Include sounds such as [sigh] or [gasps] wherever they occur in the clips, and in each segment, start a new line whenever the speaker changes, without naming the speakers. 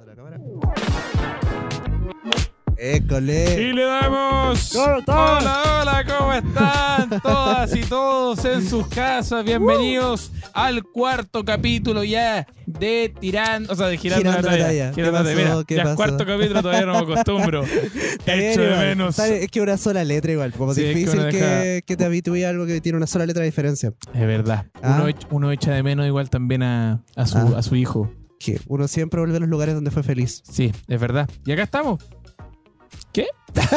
de la cámara. École.
Y le damos.
¿Cómo están?
Hola, hola, ¿cómo están? Todas y todos en sus casas. Bienvenidos
Uh.
al cuarto capítulo ya de Tirando. O sea, de Girando,
Girando
la
la
Talla.
Talla.
Girando la
¿Qué
Talla.
pasó?
Mira,
¿Qué
ya
pasó?
cuarto capítulo todavía no me acostumbro.
[laughs] Está bien,
Echo de
igual.
menos.
Está bien, Es que una sola letra igual, como
Sí, es que
difícil
uno
que,
deja-
que te habitúe a algo que tiene una sola letra de diferencia.
Es verdad.
Ah.
Uno, echa, uno echa de menos igual también a, a su,
Ah.
a su hijo.
Que uno siempre vuelve a los lugares donde fue feliz.
Sí, es verdad. Y acá estamos.
[laughs]
¿Qué? Pero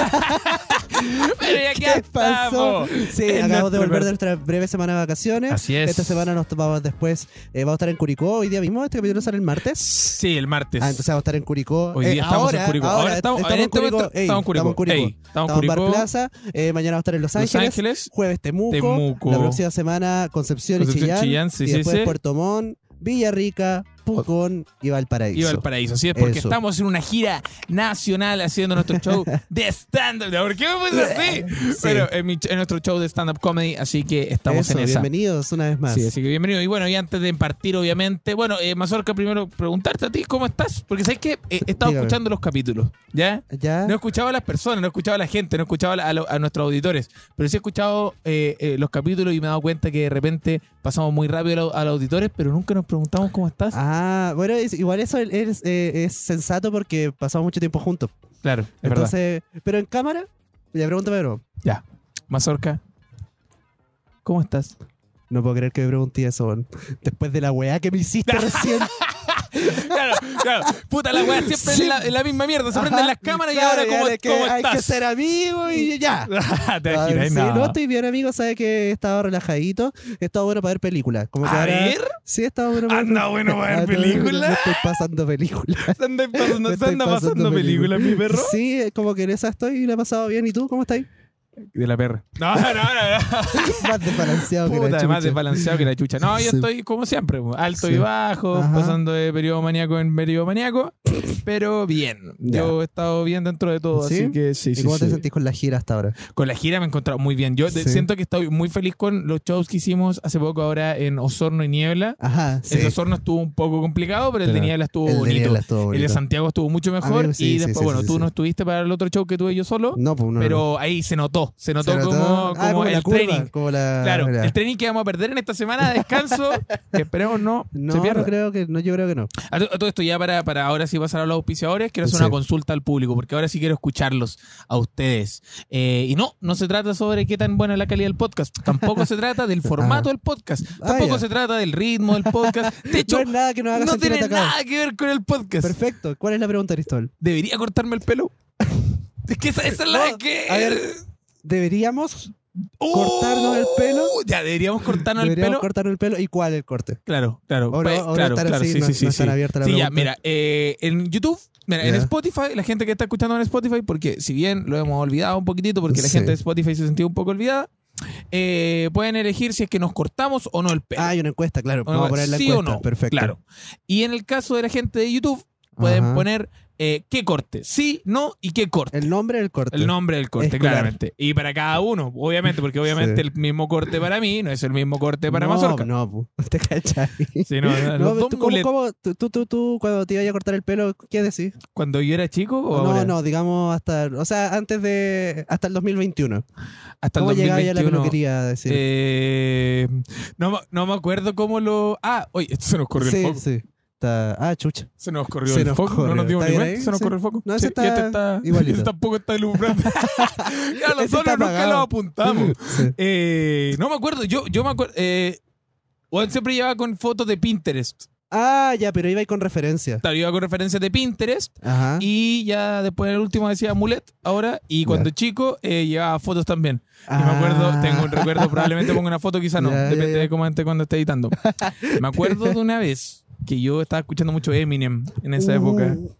ya acá
¿Qué pasó?
estamos.
Sí,
En
acabamos de
nuestro
volver
ver-
de nuestra breve semana de vacaciones.
Así es.
Esta semana nos vamos después. eh, vamos a estar en Curicó hoy día mismo. Este capítulo sale el martes.
Sí, el martes.
Ah, entonces vamos a estar en Curicó.
Hoy
Eh,
día estamos
ahora,
en Curicó. Ahora, estamos,
en Curicó. Ey,
Estamos en Curicó. Ey,
Estamos
estamos en
en Bar
Curicó,
Plaza. Eh, mañana vamos a estar en Los
Los
Ángeles.
Ángeles.
Jueves Temuco.
Temuco.
La próxima semana Concepción,
Concepción,
y Chillán.
Chillán, sí,
y
sí,
después
sí.
Puerto Montt, Villarrica, Pucón y Valparaíso.
Iba al paraíso, sí, es porque
Eso.
estamos en una gira nacional haciendo
[laughs]
nuestro show de stand-up. ¿Por qué me puse así?
Sí.
Pero en, mi- en nuestro show de stand-up comedy, así que estamos
Eso,
en esa.
Bienvenidos una vez más.
Sí, así que bienvenido. Y bueno, y antes de partir, obviamente, bueno, eh, Mazorca, primero preguntarte a ti, ¿cómo estás? Porque sabes que he he estado
Dígame.
escuchando los capítulos, ¿ya?
¿Ya?
No he escuchado a las personas, no he escuchado a la gente, no he escuchado a, la- a lo- a nuestros auditores, pero sí he escuchado eh, eh, los capítulos y me he dado cuenta que de repente pasamos muy rápido a los- a los auditores, pero nunca nos preguntamos cómo estás.
Ah, bueno, es- igual eso es, es, eh, es sensato porque pasamos mucho tiempo juntos.
claro, es verdad.
Entonces, pero en cámara, ya pregunto, pero
Ya. Mazorca, ¿cómo estás?
no puedo creer que me pregunté eso weón. después de la weá que me
[laughs]
hiciste recién.
[laughs] Claro, claro. Puta, la weá siempre
Sí.
es la, es la misma mierda. Se
Ajá,
prenden las cámaras
claro,
y
ya
ahora, ¿cómo,
de que
cómo
Hay que
estás?
ser amigo
[laughs]
y ya.
Te
Ah,
giras,
sí,
no.
no, estoy bien, amigo. Sabe que he estado relajadito. He estado bueno para ver películas. Como que
A
ahora-
ver. [laughs]
Sí, he estado bueno para
Anda bueno para ver
Ah, no, no, no, Me
películas.
estoy pasando películas.
Se anda pasando,
Me
se
estoy
anda
pasando
pasando películas, mi perro.
Sí, eh, como que en esa estoy y la he pasado bien. ¿Y tú cómo
[laughs]
estás?
De la [laughs] perra. No, no, no. no.
Más desbalanceado que la
Puta, más
chucha.
desbalanceado que la chucha. No, yo
Sí.
estoy como siempre, alto
Sí.
y bajo,
Ajá.
pasando de periodo maníaco en periodo maníaco, pero bien. Yo he estado bien dentro de todo,
¿Sí?
así que sí,
¿Y
sí,
cómo te
sí.
sentís con la gira hasta ahora?
Con la gira me he encontrado muy bien. Yo de-
Sí.
siento que estoy muy feliz con los shows que hicimos hace poco ahora en Osorno y Niebla.
Ajá, sí.
El de Osorno estuvo un poco complicado, pero el
Pero
de Niebla estuvo
El de
bonito.
Niebla estuvo
El de
bonito.
Santiago estuvo mucho mejor.
mí sí, sí,
y después,
sí,
bueno,
sí,
tú
sí.
no estuviste para el otro show que tuve yo solo.
No, pues no, no.
Pero ahí se notó, se
Se
notó,
notó-
como,
ah,
como
como la
el
curva,
training.
Como la,
Claro,
mira.
el training que vamos a perder en esta semana de
[laughs]
descanso, que esperemos no,
No,
se
no
pierda.
creo que, no, yo creo que no.
A to- a todo esto ya para, para ahora sí pasar a los auspiciadores, quiero hacer una
Sí.
consulta al público, porque ahora sí quiero escucharlos a ustedes. Eh, y no, no se trata sobre qué tan buena es la calidad del podcast, tampoco se
[laughs]
trata del formato del podcast,
Ah,
tampoco
ya.
se trata del ritmo del podcast. De hecho,
no es nada que nos haga
no
sentir
tiene
atacados.
nada que ver con el podcast.
Perfecto. ¿Cuál es la pregunta, Aristol?
¿Debería cortarme el
[laughs]
pelo? es que esa, esa es la
No,
que...
a ver, ¿Deberíamos,
¡Oh!
¿cortarnos el pelo?
Uh, Ya, deberíamos cortarnos el
deberíamos
pelo.
cortarnos el pelo? ¿Y cuál el corte?
Claro, claro.
Ahora-
Pa-
ahora
claro,
estar
claro.
así,
sí,
no-
sí, sí,
no
sí.
estar abierta la
Sí, ya,
pregunta.
mira, eh, en YouTube, mira, en
Ya.
Spotify, la gente que está escuchando en Spotify, porque si bien lo hemos olvidado un poquitito, porque la
Sí.
gente de Spotify se sentía un poco olvidada, eh, pueden elegir si es que nos cortamos o no el pelo.
Ah, hay una encuesta, claro.
O
Vamos a poner la
sí
encuesta.
o no.
Perfecto.
Claro. Y en el caso de la gente de YouTube, pueden
Ajá.
poner eh, qué corte, sí, no y qué corte.
El nombre del corte.
El nombre del corte,
Escolar.
claramente. Y para cada uno, obviamente, porque obviamente
Sí.
el mismo corte para mí no es el mismo corte para
no,
Mazorca.
No, pu, [laughs] te cachai.
Sí, no, no,
[laughs] No,
los dos
¿tú, cómo-
mulet-
cómo- tú, tú, tú, tú, cuando te ibas a cortar el pelo, ¿qué decís?
Cuando yo era chico o
no,
ahora?
no, digamos hasta, o sea, antes de, hasta el 2021.
Hasta el
¿Cómo llegaba ya a la
2021,
peluquería? a Decir?
eh, no, me- no me acuerdo cómo lo. Ah, oye, esto se nos corrió
sí,
el foco.
sí. Está- ah, chucha.
Se nos corrió
Se
el
nos
foco.
corrió.
No nos dimos
¿Está
ni
bien
cuenta.
ahí?
Se nos
Sí.
corrió el foco.
No, ese
Sí, y este
está [laughs] igualito.
este [laughs] tampoco está
[laughs]
ilumbrando. ya,
Ese
los
está
solos nunca
apagado. [laughs]
los apuntamos.
Sí.
Eh, no me acuerdo. Yo, yo me acuerdo. Eh, bueno, siempre llevaba con fotos de Pinterest.
Ah, ya, pero iba ahí con referencia.
Claro, iba con referencias de Pinterest.
Ajá.
Y ya después en el último decía Mulet ahora. Y cuando chico eh, llevaba fotos también. Y me acuerdo,
Ah.
tengo un recuerdo, probablemente ponga una foto, quizá
[laughs]
no,
Ya, ya,
depende
ya.
de cómo esté cuando esté editando. Me acuerdo de una vez que yo estaba escuchando mucho Eminem en esa época.
Uh,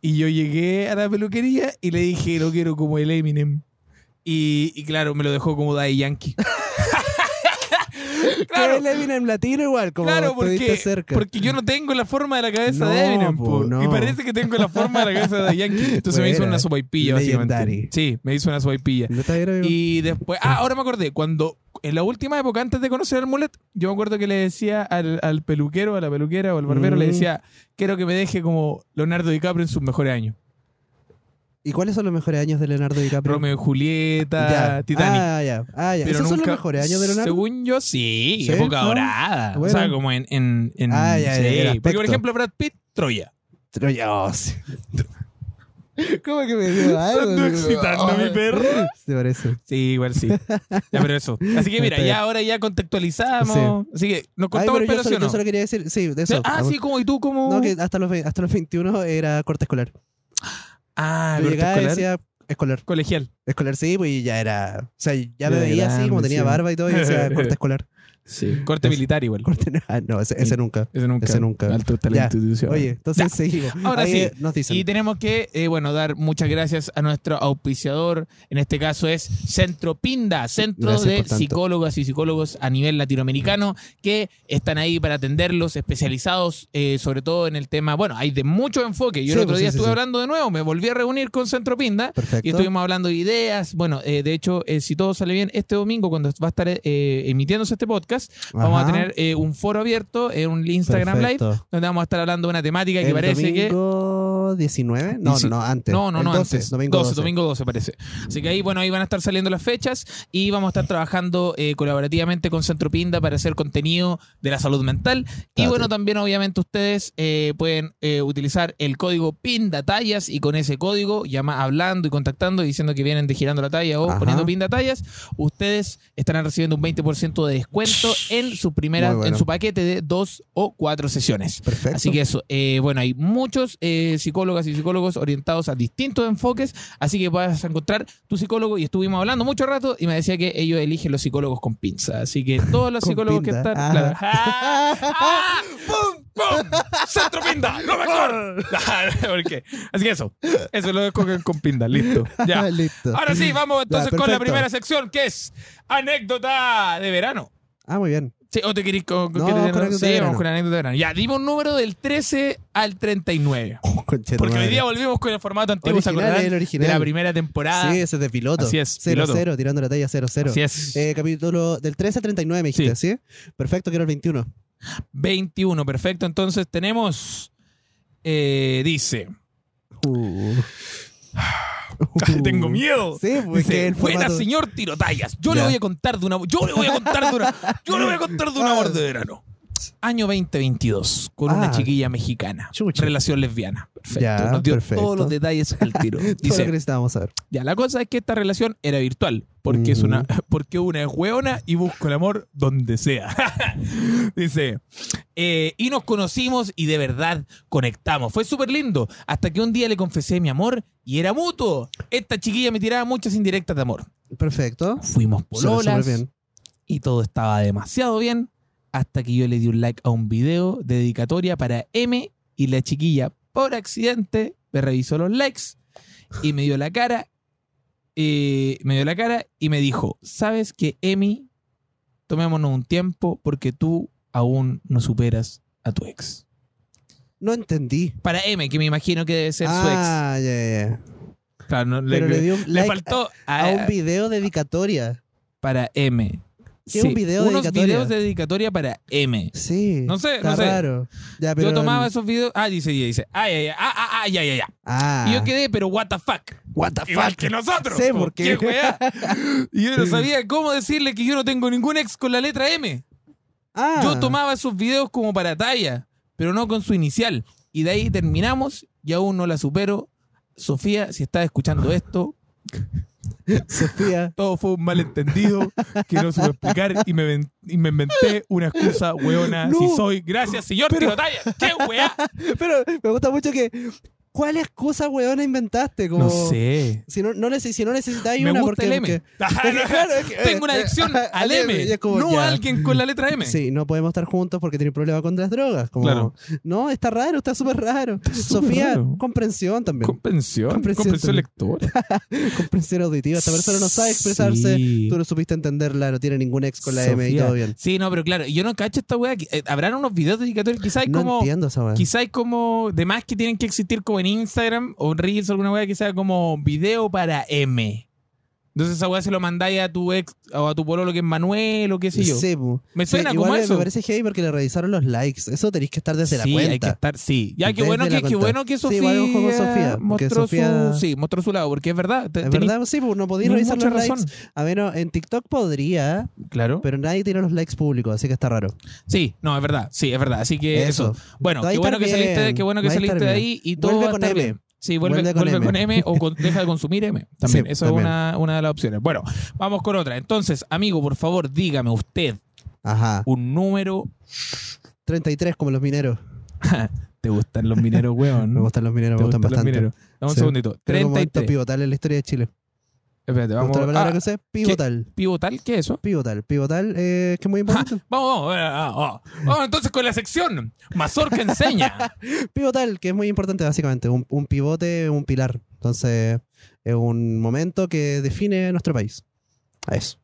Y yo llegué a la peluquería y le dije, lo quiero como el Eminem. Y, y claro, me lo dejó como Daddy Yankee. Claro.
Que el Eminem en latino igual, [laughs] como
claro, porque,
todito cerca.
porque yo no tengo la forma de la cabeza de
No,
Eminem,
po,
po. y
no.
parece que tengo la forma de la cabeza de Yankee. Entonces me hizo
Buena.
una sopaipilla, básicamente.
Legendary.
Sí, me hizo una sopaipilla.
¿No está bien, amigo?
Y después, ah, ahora me acordé, cuando en la última época, antes de conocer al mulet, yo me acuerdo que le decía al, al peluquero, a la peluquera o al barbero,
Mm.
le decía, quiero que me deje como Leonardo DiCaprio en sus mejores años.
¿Y cuáles son los mejores años de Leonardo DiCaprio?
Romeo y Julieta,
Ah, Ya.
Titanic.
Ah, ya. Ah, ya.
Pero
¿Esos son los
nunca-
mejores años de Leonardo?
Según yo, sí,
Sí,
época
¿no?
dorada. O
Bueno.
sea, como en. en, en-
Ah, ya,
sí.
ya, el
Porque, por
aspecto.
ejemplo, Brad Pitt, Troya.
Troya, oh, [laughs] sí. [laughs] ¿Cómo que me dio algo?
Ando excitando a mi perro.
[laughs] Se parece.
Sí, igual sí. Ya, pero eso. Así que mira,
Está bien.
ya ahora ya contextualizamos.
Sí.
Así que nos
Ay, pero
cortamos el
yo
pelo, ¿sí
solo,
o
yo
no?
solo quería decir, sí, de eso.
Ah, sí, uh. como y tú, como.
No, que hasta los, ve- hasta los 21 era corte escolar.
Ah,
Yo
corte
llegaba y
escolar.
decía escolar.
Colegial.
Escolar sí, pues y ya era. O sea, ya me
Ya
veía así, como
grande,
tenía
sí.
barba y
[laughs]
todo, y decía corte escolar.
Sí. Corte
Es-
militar igual.
Corte, ah, no, ese, ese nunca.
Ese nunca.
Ese nunca.
Alto talento institucional.
Oye, entonces seguimos.
Ahora
Ahí
sí.
Nos dicen.
Y tenemos que, eh, bueno, dar muchas gracias a nuestro auspiciador. En este caso es Centro Pinda, Centro
Gracias
de
por tanto.
Psicólogas y Psicólogos a nivel latinoamericano, que están ahí para atenderlos, especializados eh, sobre todo en el tema. Bueno, hay de mucho enfoque. Yo
Sí,
el otro
pues, sí,
día
sí,
estuve
sí.
hablando de nuevo, me volví a reunir con Centro Pinda. Y
Perfecto.
estuvimos hablando de ideas. Bueno, eh, de hecho, eh, si todo sale bien, este domingo, cuando va a estar eh, emitiéndose este podcast, vamos a
Ajá.
tener eh, un foro abierto, eh, un Instagram Live,
Perfecto.
donde vamos a estar hablando de una temática que
el
parece que
domingo 19? No,
Dieci-
no, no, antes.
no, no,
El
no,
12,
antes.
Domingo 12.
domingo 12 parece. Así que ahí, bueno, ahí van a estar saliendo las fechas y vamos a estar trabajando eh, colaborativamente con Centro Pinda para hacer contenido de la salud mental. Y
Date.
bueno, también obviamente ustedes eh, pueden eh, utilizar el código Pinda Tallas y con ese código, llama hablando y contactando y diciendo que vienen de girando la talla o
Ajá.
poniendo Pinda Tallas, ustedes estarán recibiendo un 20% de descuento en su primera,
Muy bueno.
en su paquete de dos o cuatro sesiones.
Perfecto.
Así que eso, eh, bueno, hay muchos eh, psicólogas y psicólogos orientados a distintos enfoques, así que vas a encontrar tu psicólogo y estuvimos hablando mucho rato y me decía que ellos eligen los psicólogos con pinza, así que todos los [laughs]
Con
psicólogos que
pinta.
están...
Ah.
[laughs] claro. ¡Ah! ¡Ah! ¡Pum! ¡Pum! ¡Centro pinta! ¡Lo mejor! [laughs] ¿Por qué? Así que eso, eso lo escogen con pinta, [laughs] listo. Ya.
Ah, Listo.
Ahora sí, vamos entonces con la
perfecto.
primera sección que es anécdota de verano.
Ah, muy bien.
Sí, o te querís con,
No,
que te-
con anécdota
sí,
de
vamos
verano.
con la anécdota de verano. Ya, dimos un número del 13 al 39.
Conchetumadre.
Porque hoy día volvimos con el formato antiguo, ¿se
Original,
acordarán?
el
De
original.
la primera temporada.
Sí, ese es de piloto.
Así es,
0
piloto.
0 tirando la talla 0 0.
Así es.
Eh, capítulo del 13 al 39 me dijiste, ¿sí? Perfecto, que era el 21.
21, perfecto. Entonces tenemos. eh, dice.
Uh.
"Ay, [laughs] Tengo miedo.
[laughs] Sí, pues
Dice,
que el
Buena
formato-
señor tirotallas. Yo le
Ya.
voy a contar de una yo le voy a contar de una yo le voy a contar de un amor de verano. Año 2022 con una
Ah.
chiquilla mexicana,
Chucha.
relación lesbiana. Perfecto.
Ya,
Nos dio
perfecto.
todos los detalles al
[laughs]
tiro.
Todo lo
Dice,
que necesitábamos saber.
Ya, la cosa es que esta relación era virtual, porque es una, [laughs] porque una es hueona y busco el amor donde sea. [laughs] Dice, eh, y nos conocimos y de verdad conectamos. Fue súper lindo, hasta que un día le confesé mi amor y era mutuo. Esta chiquilla me tiraba muchas indirectas de amor.
Perfecto.
Fuimos
Suena
pololas
súper bien.
y todo estaba demasiado bien, hasta que yo le di un like a un video de dedicatoria para M y la chiquilla por accidente me revisó los likes y me dio la cara eh, me dio la cara y me dijo sabes que Emi tomémonos un tiempo porque tú aún no superas a tu ex
No entendí.
para M que me imagino que debe ser
ah, ya, ya, ya.
su ex Claro, no, le,
Pero le dio un
le Ah.
like
faltó
a,
a,
un video dedicatoria.
para M
¿Qué, un video
unos
dedicatoria?
videos de dedicatoria para M
Sí.
No sé,
está
no sé.
raro. Ya, pero
yo tomaba esos videos. Ah, dice, dice. Ay, ay, ay, ah, ah, ah, ya, ya, ya.
Ah.
Y yo quedé, pero what the fuck.
What the
Igual
fuck.
que nosotros.
Sé por qué. [laughs]
weá? Y yo no sabía cómo decirle que yo no tengo ningún ex con la letra M.
Ah.
Yo tomaba esos videos como para talla, pero no con su inicial. Y de ahí terminamos y aún no la supero. Sofía, si estás escuchando esto,
Sofía.
todo fue un malentendido que no supe explicar y me, ven- y me inventé una excusa weona.
No. [laughs]
Si soy, gracias, señor Tirotalla. ¡Qué weá!
Pero me gusta mucho que ¿Cuál excusa, weona, inventaste? Como,
No sé.
Si no, no neces- si no necesitáis
Me
una,
gusta
porque,
el M. [laughs]
porque-
Ajá, no,
Claro, es que-
[laughs] Tengo una adicción
Ajá,
al
y
M,
es como,
no
ya.
a alguien con la letra M.
Sí, no podemos estar juntos porque tiene problemas con las drogas. Como,
Claro.
No, está raro, está súper raro.
súper
Sofía,
raro.
comprensión también.
Comprensión,
Comprensión
comprensión
también.
lectora. [laughs]
comprensión auditiva. Esta persona no sabe expresarse.
Sí.
Tú no supiste entenderla, no tiene ningún ex con la M y
Sofía.
todo bien.
Sí, no, pero claro, yo no cacho esta weá. que- eh, Habrán unos videos dedicatorios, quizás hay
no
como.
entiendo esa weá.
Quizás hay como. De más que tienen que existir como en Instagram o en Reels o alguna weá que sea como video para M. Entonces esa weá se lo mandáis a tu ex o a tu pololo que es Manuel o qué sé yo.
Sí, bu.
Me suena
Sí,
como
igual
eso.
Me parece heavy porque le revisaron los likes. Eso tenéis que estar desde la
sí,
cuenta.
hay que estar, sí. Ya, qué
Desde
bueno
la
que, qué
cuenta.
bueno que
Sí,
Sofía,
igual ojo con Sofía, porque
mostró
Sofía-
su, sí, mostró su lado, porque es verdad. te-
Es
tenés-
verdad, sí, bu, no podéis
tenés
revisar
mucha
los likes.
razón.
A menos en TikTok podría,
Claro.
pero nadie tiene los likes públicos, así que está raro.
Sí, no, es verdad. Sí, es verdad. Así que eso. Bueno,
Va a
qué
estar
bueno que saliste,
bien,
qué bueno que
va a estar
saliste de
bien.
ahí y todo
Vuelve
va a
con
estar
M.
bien. Sí, vuelve,
Vuelve
vuelve
con
con,
M.
M o con- deja de consumir M.
[laughs]
También,
Sí,
eso
también.
es una, una de las opciones. Bueno, vamos con otra. Entonces, amigo, por favor, dígame usted
Ajá.
un número. [laughs]
33 como los mineros.
¿Te gustan los mineros, weón?
Me gustan los mineros, me gustan bastante.
Dame un
Sí.
segundito.
Creo que un momento
33.
pivotal en la historia de Chile.
Espérate,
¿Te
vamos.
gusta la palabra
Ah,
que usé? Pivotal.
¿Pivotal? ¿Qué es eso?
Pivotal. Pivotal, eh, que es muy
[laughs]
importante.
Vamos, vamos, ah, ah, ah. Vamos entonces con la sección. Mazorca enseña.
pivotal, que es muy importante básicamente. Un, un pivote, un pilar. Entonces, es un momento que define nuestro país. A eso.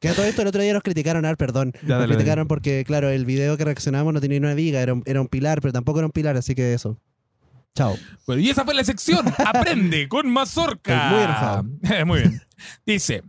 Que a todo esto el otro día nos criticaron, ah, perdón.
Ya,
nos
dale,
criticaron porque, claro, el video que reaccionamos no tenía ni una viga, era un, era un pilar, pero tampoco era un pilar, así que eso. Chao.
Bueno, y esa fue la sección. Aprende con mazorca.
Muy
[laughs]
enojado.
Eh, Muy bien. Dice.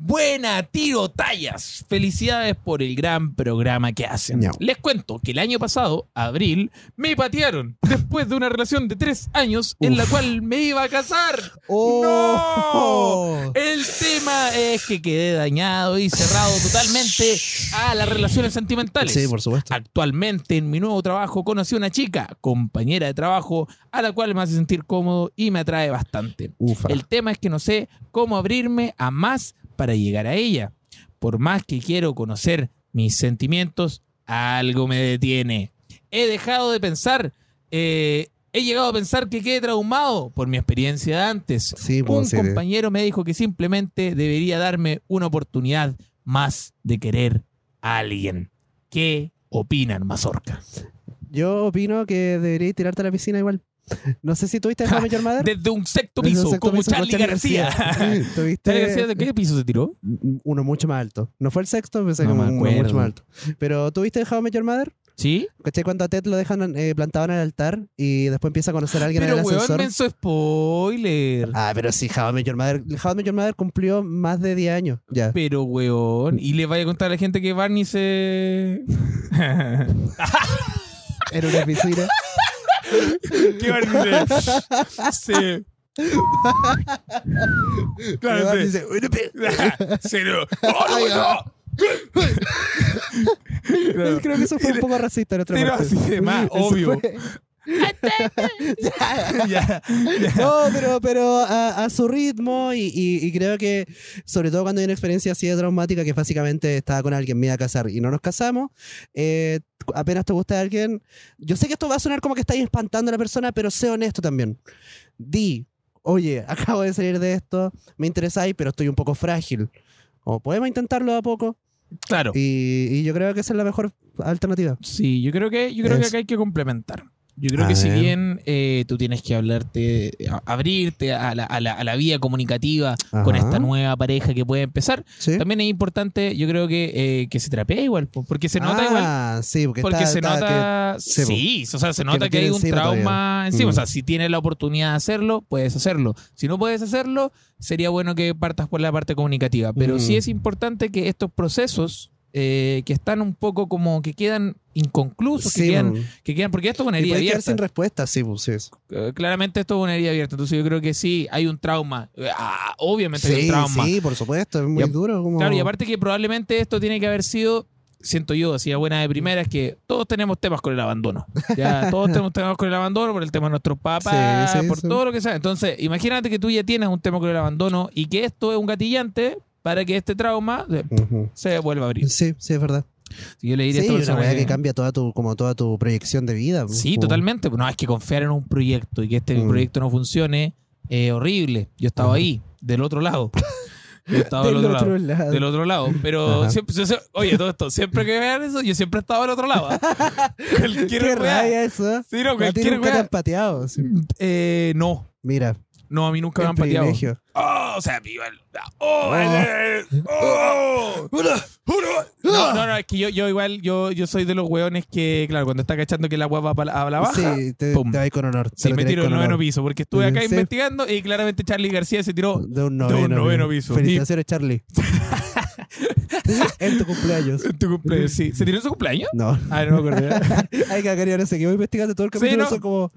Buena tiro tallas. Felicidades por el gran programa que hacen.
Ñau.
Les cuento que el año pasado, abril, me patearon después de una relación de tres años en la cual me iba a casar.
¡Oh!
El tema es que quedé dañado y cerrado totalmente a las relaciones sentimentales.
Sí, por supuesto.
Actualmente en mi nuevo trabajo conocí a una chica, compañera de trabajo, a la cual me hace sentir cómodo y me atrae bastante.
Ufa.
El tema es que no sé cómo abrirme a más para llegar a ella. Por más que quiero conocer mis sentimientos, algo me detiene. He dejado de pensar, eh, he llegado a pensar que quedé traumado por mi experiencia de antes.
Sí,
Un
pues, sí.
compañero me dijo que simplemente debería darme una oportunidad más de querer a alguien. ¿Qué opinan, Mazorca?
Yo opino que deberías tirarte a la piscina igual. No sé si tuviste
[laughs]
How I Met Your Mother.
Desde un sexto
Desde
piso,
un sexto
como
piso con
Charlie García. [laughs] Charlie García,
Tuviste
¿de qué piso se tiró?
uno mucho más alto. No fue el sexto, pensé
No
que
me
uno
acuerdo.
mucho más alto. Pero tuviste How I Met Your Mother.
¿Sí?
¿Cachai? Cuando a Ted lo dejan eh, plantado en el altar y después empieza a conocer a alguien
Pero
en el
weón,
ascensor.
menso spoiler.
Ah, pero sí, How I Met Your Mother. How I Met Your Mother cumplió más de 10 años. Ya.
Pero weón, y le vaya a contar a la gente que Barney se.
Era una piscina.
[laughs] que Barney se.
Y
se... [laughs] Claro,
Barney dice,
se-
"Bueno, pe-".
se [laughs] lo- ¡Oh, no, no! Claro.
Creo que eso fue un poco racista en nuestra
Pero
parte.
así de
[laughs]
más,
Eso
obvio.
fue-
[laughs] Ya.
No, pero, pero a, a su ritmo y, y- y creo que, sobre todo cuando hay una experiencia así de traumática, que es básicamente estaba con alguien, me iba a casar y no nos casamos, eh, apenas te gusta alguien, yo sé que esto va a sonar como que estáis espantando a la persona, pero sé honesto también. Di, oye, [laughs] acabo de salir de esto, me interesáis, pero estoy un poco frágil. O podemos intentarlo de a poco.
Claro.
Y, y yo creo que esa es la mejor alternativa.
Sí, yo creo que yo creo que
Es-
acá hay que complementar. Yo creo
A
que si
ver.
bien eh, tú tienes que hablarte, a- abrirte a la, a la- a la vía comunicativa con
Ajá.
esta nueva pareja que puede empezar,
¿Sí?
también es importante, yo creo que, eh, que se trapee igual, po, porque se nota
ah,
igual
sí, porque,
porque
está-
se
está que-
nota.
sí, po.
sí, o sea, se
lo
nota que
tiene
hay un
encima
trauma encima. O
Mm.
sea, si tienes la oportunidad de hacerlo, puedes hacerlo. Si no puedes hacerlo, sería bueno que partas por la parte comunicativa. Pero
Mm.
sí es importante que estos procesos eh, que están un poco como que quedan inconclusos, que,
sí,
quedan,
bueno.
que quedan, porque esto es una
Y
herida
puede quedar
abierta.
sin respuesta, sí, pues, sí. sí.
Eh, Claramente esto es una herida abierta. Entonces yo creo que sí, hay un trauma. Eh, ah, obviamente hay un trauma.
sí, por supuesto, es muy
Y ap-
duro. Como...
Claro, y aparte que probablemente esto tiene que haber sido, siento yo, así a buena de primera, es que todos tenemos temas con el abandono.
[laughs]
Ya, todos tenemos temas con el abandono, por el tema de nuestros papás,
Sí, sí,
por
sí.
todo lo que sea. Entonces, imagínate que tú ya tienes un tema con el abandono y que esto es un gatillante para que este trauma se,
Ujú.
se vuelva a abrir.
Sí, sí, es verdad.
Yo le
Sí,
diría a esta
una
persona
weá que
que-
cambia toda tu, como toda tu proyección de vida. pues,
Sí,
como-
totalmente. No, es que confiar en un proyecto y que este
Mm.
proyecto no funcione es horrible. Yo estaba
Ajá.
ahí, del otro lado. Yo estaba del,
[laughs] Del
otro, lado.
otro lado.
Del otro lado. Pero
Ajá.
siempre, yo sé- oye, todo esto, siempre que vean eso, yo siempre he estado del otro lado. ¿ah?
Qué
[laughs] cualquier weá.
rabia eso.
Sí, no,
A ti
cualquier
nunca te
weá.
han pateado. sí.
Eh, no,
Mira,
no, a mí
qué
nunca me han pateado.
privilegio.
¡Oh! O sea, igual. ¡Oh! eh, ¡Oh! No, no, no, es que yo, yo igual, yo, yo soy de los weones que, claro, cuando está cachando que la agua va pa la- a la baja,
Sí, te,
pum.
te vas con honor. te
Sí,
lo
me
tiráis
tiro
con
el noveno
honor.
piso, porque estuve acá
Sí.
investigando y claramente Charlie García se tiró.
De un
un
noveno,
noveno piso.
Felicitaciones,
[laughs]
Charlie. en tu cumpleaños.
en tu cumpleaños, sí. ¿Se tiró en su cumpleaños?
No.
Ah, no me acuerdo.
Hay que agarrar ese que voy investigando todo el
Sí,
capítulo.
no.
Son como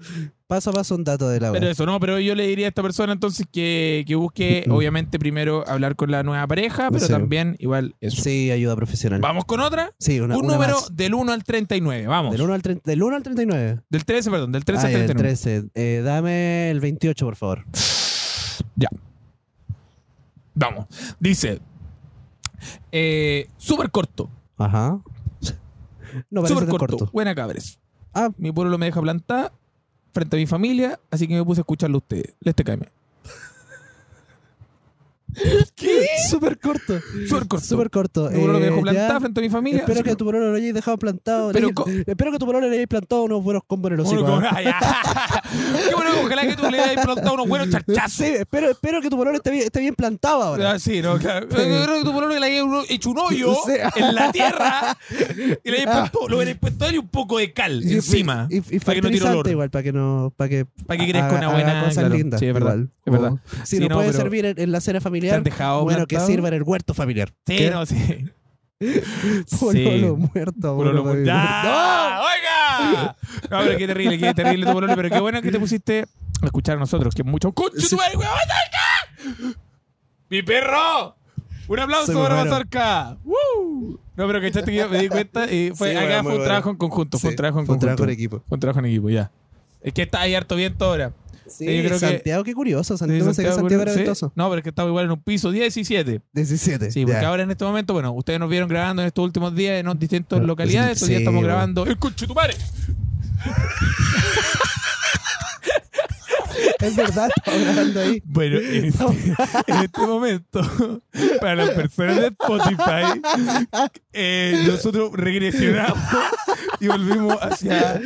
paso a paso un dato de la
Pero
wea.
eso, no, pero yo le diría a esta persona entonces que,
[laughs]
que busque, obviamente, primero hablar con la nueva pareja, pero
Sí.
también igual eso.
Sí, ayuda profesional.
Vamos con otra.
Sí, una,
un
una
número
más.
del 1 al 39, vamos.
Del
Del,
1 al, treinta- del uno al 39.
13, perdón, del 13
Ah,
al
ya, del
39.
13. Eh, dame el 28, por favor.
Vamos. Dice, eh, súper corto,
Ajá. No parece
súper
tan
corto.
corto.
Buena cabres.
Ah.
Mi pueblo me deja plantada frente a mi familia, así que me puse a escucharlo a ustedes. Les te
[laughs]
caeme. ¿Qué?
Súper corto.
[laughs] Súper corto.
Súper corto.
Mi pueblo me
Eh,
dejó plantada
ya.
frente a mi familia.
Espero
así
que tu pololo lo hayáis dejado plantado.
Pero
Le-
co-
espero que tu pololo le hayáis plantado unos buenos combos en el
Uno
hocico.
con- [laughs]
¿ah?
Ay, ah. Qué bueno, ojalá que tú le hayas plantado unos buenos charchazos.
Sí, espero, espero que tu pololo esté bien, esté bien plantado ahora.
Ah, sí, no, claro. Yo creo que tu pololo le haya hecho un hoyo
Sí.
en la tierra y le hayas puesto, lo hubierais puesto ahí un poco de cal
Y-
encima.
Y, y, y
para que no tire
fertilizante
olor.
igual, para que no. Para que,
Para que crezca una buena.
cosa
claro.
linda.
Sí, es verdad.
igual.
Es verdad.
Como- Si
Sí,
no,
no,
puede
pero-
servir en, en la cena
Te han
familiar,
dejado
bueno, que
plantado.
sirva en el huerto
[laughs]
familiar.
Sí,
¿Qué?
no, sí.
Pololo muerto.
Pololo ¡Ah!
pololo
mu-
familiar.
¡Ya! ¡Oiga! No, pero qué terrible, qué terrible tu pololo, pero qué bueno que te pusiste a escuchar a nosotros, que mucho. ¡Conche tu madre, weón! ¡Mazorca! ¡Mi perro! ¡Un aplauso
Soy muy
para
bueno.
Mazorca! ¡Woo! No, pero cachaste que yo me di cuenta y fue,
Sí, bueno,
acá fue
muy
un
bueno.
trabajo en conjunto, fue
Sí,
un trabajo en
fue un
conjunto.
trabajo en equipo.
Fue un trabajo en equipo, ya. Es que está ahí harto viento ahora.
Sí,
yo creo que-
Santiago, qué curioso. Santiago,
Sí,
pensé que Santiago era
sí.
ventoso.
No, pero es que estaba igual en un piso 17.
17.
Sí, porque
ya.
ahora en este momento, bueno, ustedes nos vieron grabando en estos últimos días en distintas
Sí,
localidades. Estos días
sí,
estamos
bueno.
grabando ¡El Conchetumare!
Es verdad, estaba grabando ahí. [laughs]
Bueno, en este, en este momento, para las personas de Spotify, eh, nosotros regresionamos y volvimos hacia.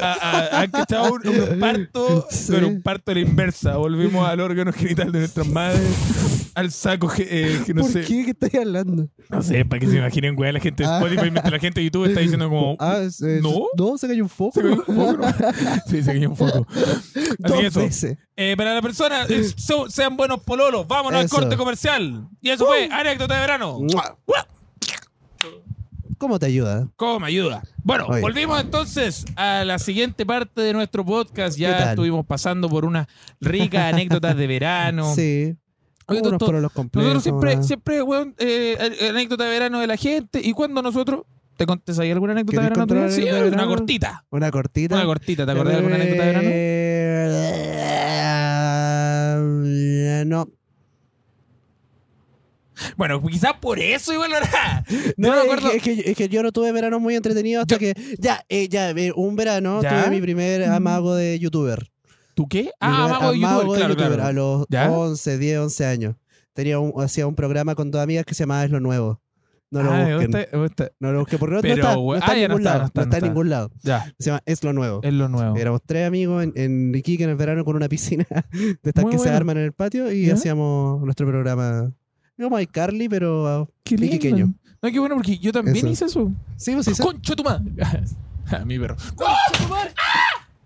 a- a- Han cachado un, un parto,
Sí.
pero un parto a la inversa. Volvimos al órgano genital de nuestras madres, al saco ge- eh, que [laughs] no
¿Por
sé.
qué que estoy hablando?
No sé, para que se imaginen, güey, la gente de
Ah.
Spotify, mientras la gente de YouTube está diciendo como.
Ah, es- es-
¿No?
No, se cayó un foco.
Se cayó un foco,
[laughs]
¿no? [laughs] Sí, se cayó un foco. Así
Dos
que eso.
veces.
Eh, para la persona, es- so- sean buenos pololos. Vámonos
Eso. Uh.
al corte comercial. Y eso fue anécdota de verano.
¡Mua! ¿Cómo te ayuda?
¿Cómo me ayuda? Bueno,
Oye.
volvimos entonces a la siguiente parte de nuestro podcast.
¿Qué
Ya
tal?
estuvimos pasando por unas ricas
[laughs]
anécdotas de verano.
Sí.
Oye,
Unos
doctor,
por los
Nosotros
complejos.
siempre,
una-
siempre, weón, eh, a- anécdota de verano de la gente. ¿Y cuando nosotros? ¿Te contes ahí alguna anécdota de
¿Querés
verano?
contar
tuya? Sí,
anécdota de
una
verano? Eh.
cortita.
Una cortita.
Una cortita, ¿te acordás de alguna anécdota de verano?
verano? Eh, No.
Bueno, quizás por eso igual no era.
No,
No, me
es
acuerdo.
que- Eh, Es, que, es que yo no tuve veranos muy entretenidos hasta
Yo-
que. Ya, eh, ya, eh, un verano
¿Ya?
tuve mi primer amago de youtuber.
[laughs] ¿Tú qué?
Mi
Ah,
primer
mago de
amago
youtuber, claro,
youtuber,
claro.
A los
¿Ya?
11, 10, 11 años. Tenía un, hacía un programa con dos amigas que se llamaba Es lo Nuevo. No lo
Ah, me
busquen.
gusta- me gusta.
No lo busquen porque no, no
Pero,
está, no
güey,
está
ah,
en
ya no
ningún
está,
lado.
no está,
No está en
no está.
ningún lado.
Ya,
Se llama Es lo Nuevo.
es lo nuevo.
Éramos tres amigos en, en Iquique en el verano con una piscina [laughs] de estas
Muy
que se
bueno.
arman en el patio y
¿Ya?
hacíamos nuestro programa. Digamos iCarly, pero. ah,
Qué
lindo. Iquiqueño.
No, qué bueno, porque yo también
Eso.
hice eso.
sí, pues sí, sí.
¡Concho tu madre! [laughs] A mi perro.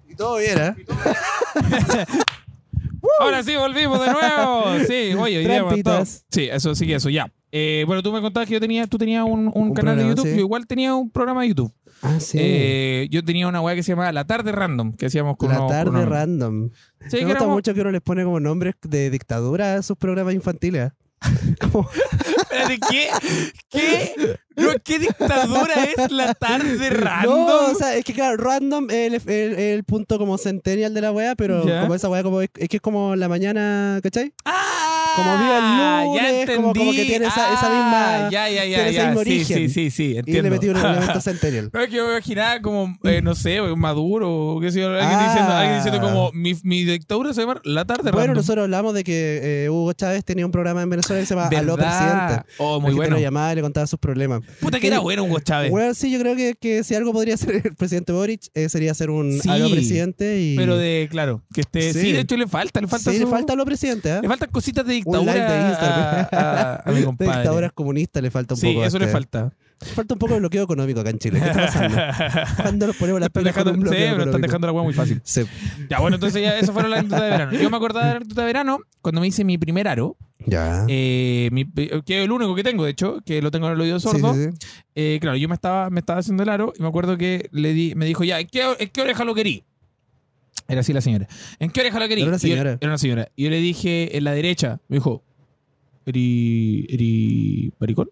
Y todo bien, ¿eh?
Ahora sí, volvimos
[laughs]
de nuevo. Sí, oye, hoy día hemos
Trampitas.
estado- Sí, eso sí que eso, ya. Eh, bueno, tú me contabas que yo tenía, tú tenías un, un
Un
canal de
programa,
YouTube.
sí.
Yo igual tenía un programa de YouTube.
Ah, sí.
Eh, yo tenía una weá que se llamaba La Tarde Random, que hacíamos con
la
unos- con
tarde
unos-
random.
Sí,
Me
que
gusta
éramos-
mucho que uno les pone como nombres de dictadura a sus programas infantiles. Como-
[laughs] Espérate, ¿qué? ¿Qué? No, ¿Qué dictadura es La Tarde Random?
No, o sea, es que claro, random es el, el- el punto como centennial de la wea, pero
Ya.
como esa wea como es, es que es como la mañana, ¿cachai?
¡Ah!
Como vive el
ya
lunes,
entendí. Ah,
como- como que tiene esa- esa misma-
Ya, ya, ya.
tiene ese
ya.
mismo
sí,
origen.
sí, sí, sí,
Y
entiendo.
le metí
[laughs]
un elemento centennial.
No, es que yo me imaginaba como, eh, no sé, un maduro, o qué sé yo, alguien,
Ah.
diciendo, alguien diciendo como, mi, mi dictadura se llama La Tarde
Bueno,
Random.
nosotros hablamos de que eh, Hugo Chávez tenía un programa en Venezuela que se llama Aló
¿Verdad?
Presidente.
Oh,
La
muy
gente
bueno.
lo llamaba y le contaba sus problemas.
Puta que era bueno Hugo Chávez.
Bueno, sí, yo creo que, que si algo podría hacer el presidente Boric, eh, sería ser un
Sí,
algo presidente y...
Pero de, claro, que esté. Sí.
Sí.
de hecho le falta, le falta.
sí, le
su-
falta lo presidente, ¿eh?
le faltan cositas de
Un
dictadura.
live de Instagram.
A, a-
[laughs]
a mi
de
compadre.
dictaduras comunistas le falta un
sí,
poco. a
eso le
este. [laughs]
falta.
Falta un poco de bloqueo económico acá en Chile. ¿Qué
[laughs]
está pasando? ¿Cuándo nos ponemos las
Están
pilas con
dejando,
un
sí,
bloqueo
pero están
económico?
dejando la hueá muy fácil.
Sí.
Ya, bueno, entonces ya eso fueron las anécdotas de verano. Yo me acordaba de la anécdota de verano cuando me hice mi primer aro,
Ya.
eh, mi- que es el único que tengo, de hecho, que lo tengo en el oído
Sí, sí,
sordo.
sí.
Eh, claro, yo me estaba, me estaba haciendo el aro y me acuerdo que le di, me dijo, ya, ¿en qué, en qué oreja lo querí? Era así la señora. ¿En qué oreja lo querí?
Era una
Y yo-
señora.
era una señora. Y yo le dije, en la derecha. Me dijo, ¿eri, eri maricón?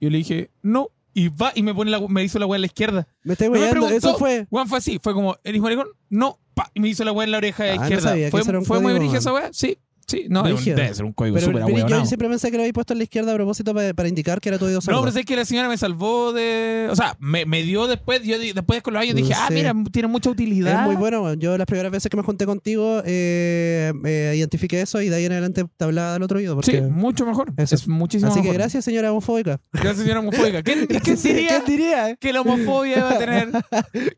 Yo le dije, no. Y va y me, pone la- me hizo la hueá en la izquierda.
Me estoy
No me
guayando.
preguntó.
Eso fue.
Juan fue así, fue como, ¿eres maricón? No, pa, y me hizo la weá en la oreja
Ah, no
izquierda.
sabía que
fue
ese era un
fue muy
código,
brígida
man.
esa weá, sí, sí, no, es un-
Brígido.
debe ser un código
Pero,
súper
pero
ahueonado.
yo siempre pensé que lo habéis puesto en la izquierda a propósito pa- para, indicar que era tu oído sordo.
No, pero sé que la señora me salvó de. O sea, me, me dio después, yo di- después con los años
Mm,
dije, ah,
sí.
mira, tiene mucha utilidad.
Es muy bueno, weón. Yo las primeras veces que me junté contigo eh, eh, identifiqué eso y de ahí en adelante te hablaba del otro oído. porque-
Sí, mucho mejor.
Eso.
Es muchísimo
Así que
mejor.
gracias, señora homofóbica. [laughs]
Gracias, señora homofóbica. ¿Quién, quién
Sí,
diría
¿Quién diría
que la homofobia iba
[laughs]
a tener?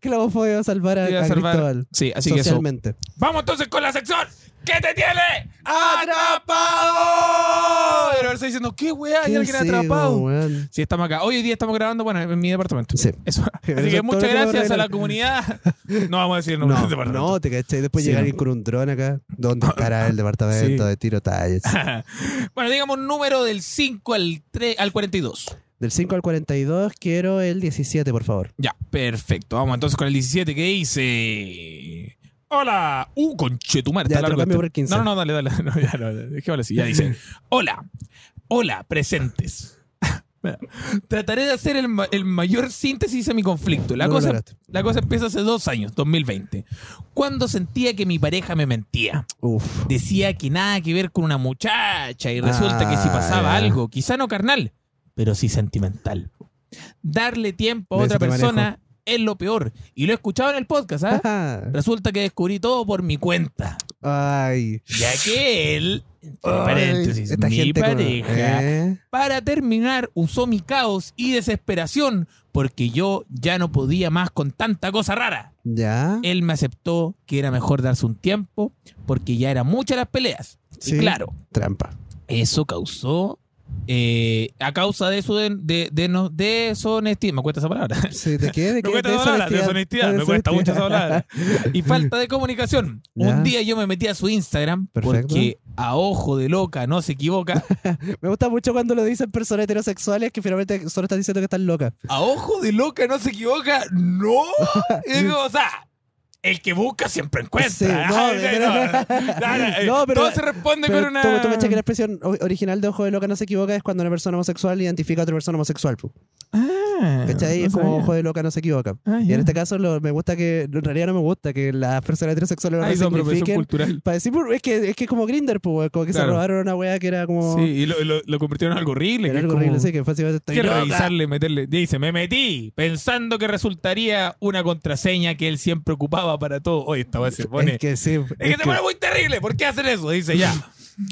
que la homofobia va a salvar a,
iba a
a
salvar?
Cristóbal?
Sí, así que eso.
socialmente.
Vamos entonces con la sección. ¿Qué te tiene? ¡Atrapado! Pero ahora estoy diciendo, ¿qué weá? Hay
¿Qué
alguien
sé,
atrapado.
weón?
Sí, estamos acá. Hoy, hoy día estamos grabando, bueno, en mi departamento.
Sí. [laughs]
Eso.
Eso
Así
es todo
que
lo
muchas
que vamos a
gracias a la
arreglar. [laughs]
comunidad. No vamos a decir
No,
nombres de este
no,
verdad.
te caché. Después
Sí,
llega
no.
alguien con un dron acá. ¿Dónde
[laughs]
estará el departamento
Sí.
de tiro
[laughs]
talles?
Bueno, digamos un número del 5 al 3 al 42.
Del 5 al 42, quiero el 17, por favor.
Ya, perfecto. Vamos entonces con el 17 que dice. Hola. Uh, conchetumar.
Ya,
está
te lo
largo
cambio
este.
por el 15.
No, no, no, dale, [laughs] dale. No, ya, no, dejémoslo así.
[laughs]
Ya dice. Hola. Hola, presentes. Trataré de hacer el, ma- el mayor síntesis a mi conflicto. La
No lo
cosa
lograste.
La cosa empieza hace dos años, 2020, cuando sentía que mi pareja me mentía.
Uf.
Decía que nada que ver con una muchacha y resulta que si
Ah,
pasaba
ya.
algo, quizá no carnal, pero sí sentimental. Darle tiempo a
De
otra
eso te
persona es lo peor. Y lo he escuchado en el
[laughs]
podcast, ¿ah? Resulta que descubrí todo por mi cuenta,
Ay.
ya que él, entre
Ay,
paréntesis, mi
con-
pareja,
¿eh?
para terminar, usó mi caos y desesperación porque yo ya no podía más con tanta cosa rara.
¿Ya?
Él me aceptó que era mejor darse un tiempo porque ya eran muchas las peleas.
Sí.
Y claro,
Trampa.
eso causó, eh, a causa de su de, de, de no- deshonestidad, me cuesta
[laughs]
esa palabra.
Sí, ¿De qué? ¿De
Me
qué?
cuesta esa palabra, deshonestidad, me cuesta mucho esa palabra. Y falta de comunicación. Un
Ya.
día yo me metí a su Instagram
Perfecto.
porque a ojo de loca no se equivoca.
[laughs] Me gusta mucho cuando lo dicen personas heterosexuales que finalmente solo están diciendo que están locas.
A ojo de loca no se equivoca. No. Es como, o sea, el que busca siempre encuentra.
Sí, no,
[laughs] Ay,
pero- [laughs]
no, no, eh,
No, pero-
todo se responde
Pero
con una.
tú, tú cachas que la expresión o- original de ojo de loca no se equivoca es cuando una persona homosexual identifica a otra persona homosexual. pu.
Ah,
¿Cachai?
no
es como
sabía.
ojo de loca no se equivoca.
Ah,
Y
ya.
en este caso lo- me gusta que, en realidad no me gusta que las personas heterosexuales lo
Ahí son profesión
resignifiquen.
cultural.
Para decir, "Pur, es que es que es como Grinder, pues, como que
Claro.
se robaron una wea que era como...
Sí, y lo, lo- lo convirtieron en algo horrible.
era
que es
algo
como-
horrible, sí, ah. que fácilmente estoy
Quiero
loca.
revisarle, meterle. Dice, me metí pensando que resultaría una contraseña que él siempre ocupaba para todo. Oye, esta weá se pone.
Es que sí. Es,
es que se pone muy terrible. ¿Por qué hacen eso? Dice
[laughs]
ya.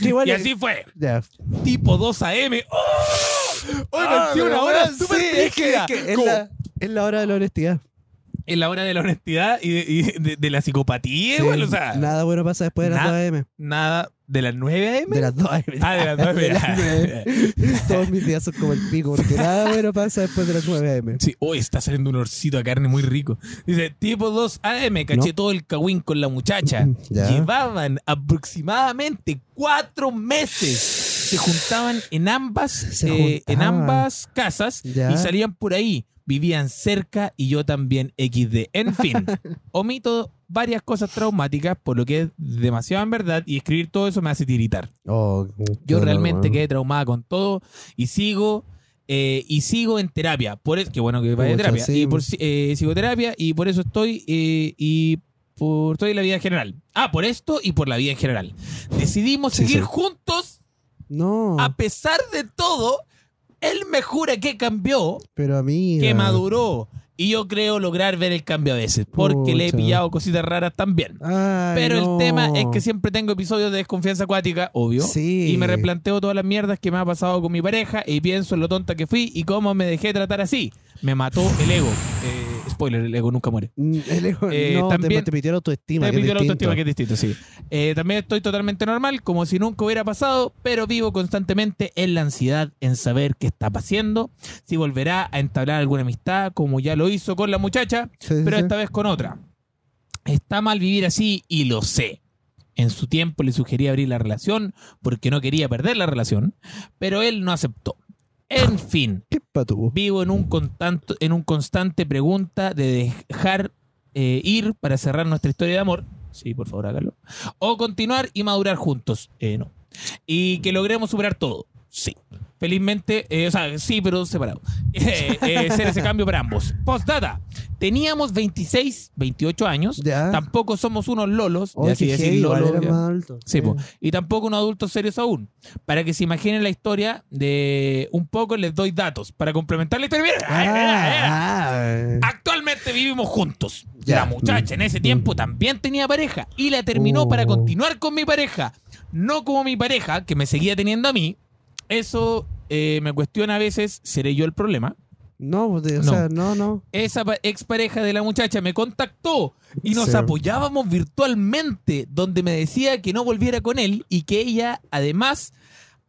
que igual
Y
es-
así fue.
ya.
tipo 2 AM. ¡Oh! Hoy
Ah,
nació una
pero
hora
weón,
súper
sí, es que, es,
brígida.
que es,
Como-
la, es la hora de la honestidad.
es la hora de la honestidad y de, y de- de la psicopatía,
Sí,
igual, o sea, nada,
nada bueno pasa después de las
nada.
2 AM.
de las 9 AM.
De las 2 AM.
Ah, de las
[laughs]
9
De las
AM. [laughs]
Todos mis días son como el pico, porque nada bueno pasa después de las 9 AM.
Sí, hoy está saliendo un orcito a carne muy rico. Dice, tipo 2 AM, caché
No. Mm,
todo el cagüín con la muchacha.
Ya.
Llevaban aproximadamente cuatro meses. Se juntaban en ambas,
Se
eh, en
juntaban.
ambas casas
Ya.
y salían por ahí. Vivían cerca y yo también XD.
[laughs]
En fin, omito varias cosas traumáticas, por lo que es demasiado en verdad y escribir todo eso me hace tiritar.
Oh,
Yo
qué
realmente
dolor,
quedé traumada con todo y sigo eh, y sigo en terapia. Por eso, que bueno que vaya a
Pucha,
terapia.
sí.
Y por si- eh, psicoterapia y por eso estoy eh, y por toda la vida en general. Ah, por esto y por la vida en general. Decidimos
Sí, Ah.
seguir
sí.
juntos
No.
A pesar de todo, él me jura que cambió,
Pero a mí.
que maduró. Y yo creo lograr ver el cambio a veces, porque le he
Pucha.
pillado cositas raras también. Pero el tema es que siempre tengo episodios de desconfianza acuática, obvio.
Sí.
Y me replanteo todas las mierdas que me ha pasado con mi pareja y pienso en lo tonta que fui y cómo me dejé tratar así. Me mató el ego. Eh, spoiler, el ego nunca muere.
Mm, el ego-
Eh,
no, te-
también-
te, pidió la autoestima.
Te
que es
pidió la
distinto.
autoestima, que es distinto, sí. Eh, también estoy totalmente normal, como si nunca hubiera pasado, pero vivo constantemente en la ansiedad en saber qué está pasando, si volverá a entablar alguna amistad, como ya lo hizo con la muchacha,
Sí, sí,
pero
sí.
esta vez con otra. Está mal vivir así y lo sé. En su tiempo le sugerí abrir la relación porque no quería perder la relación, pero él no aceptó. En fin,
¿Qué patú?
vivo en un, contanto- en un constante pregunta de dejar eh, ir para cerrar nuestra historia de amor. Sí, por favor, hágalo. O continuar y madurar juntos. Eh, no. Y que logremos superar todo. Sí. Felizmente, eh, o sea, sí, pero separado. [laughs] Eh, eh, ser ese cambio para ambos. Postdata. Teníamos 26, 28 años.
Ya.
Tampoco somos unos lolos.
Oye,
de así
qué
decir
heavy, igual
lolo,
eres
ya.
más alto.
Sí,
Eh,
po. y tampoco unos adultos serios aún. Para que se imaginen la historia de un poco, les doy datos. Para complementar la historia. Mira,
Ah,
mira, mira.
ah, eh.
Actualmente vivimos juntos.
Ya. Mm.
La muchacha en ese tiempo también tenía pareja y la terminó
Oh.
para continuar con mi pareja. No como mi pareja, que me seguía teniendo a mí. Eso eh, me cuestiona a veces, ¿seré yo el problema?
No, pues, de- o
No.
sea, no, no.
Esa pa- expareja de la muchacha me contactó y nos
Sí.
apoyábamos virtualmente, donde me decía que no volviera con él y que ella, además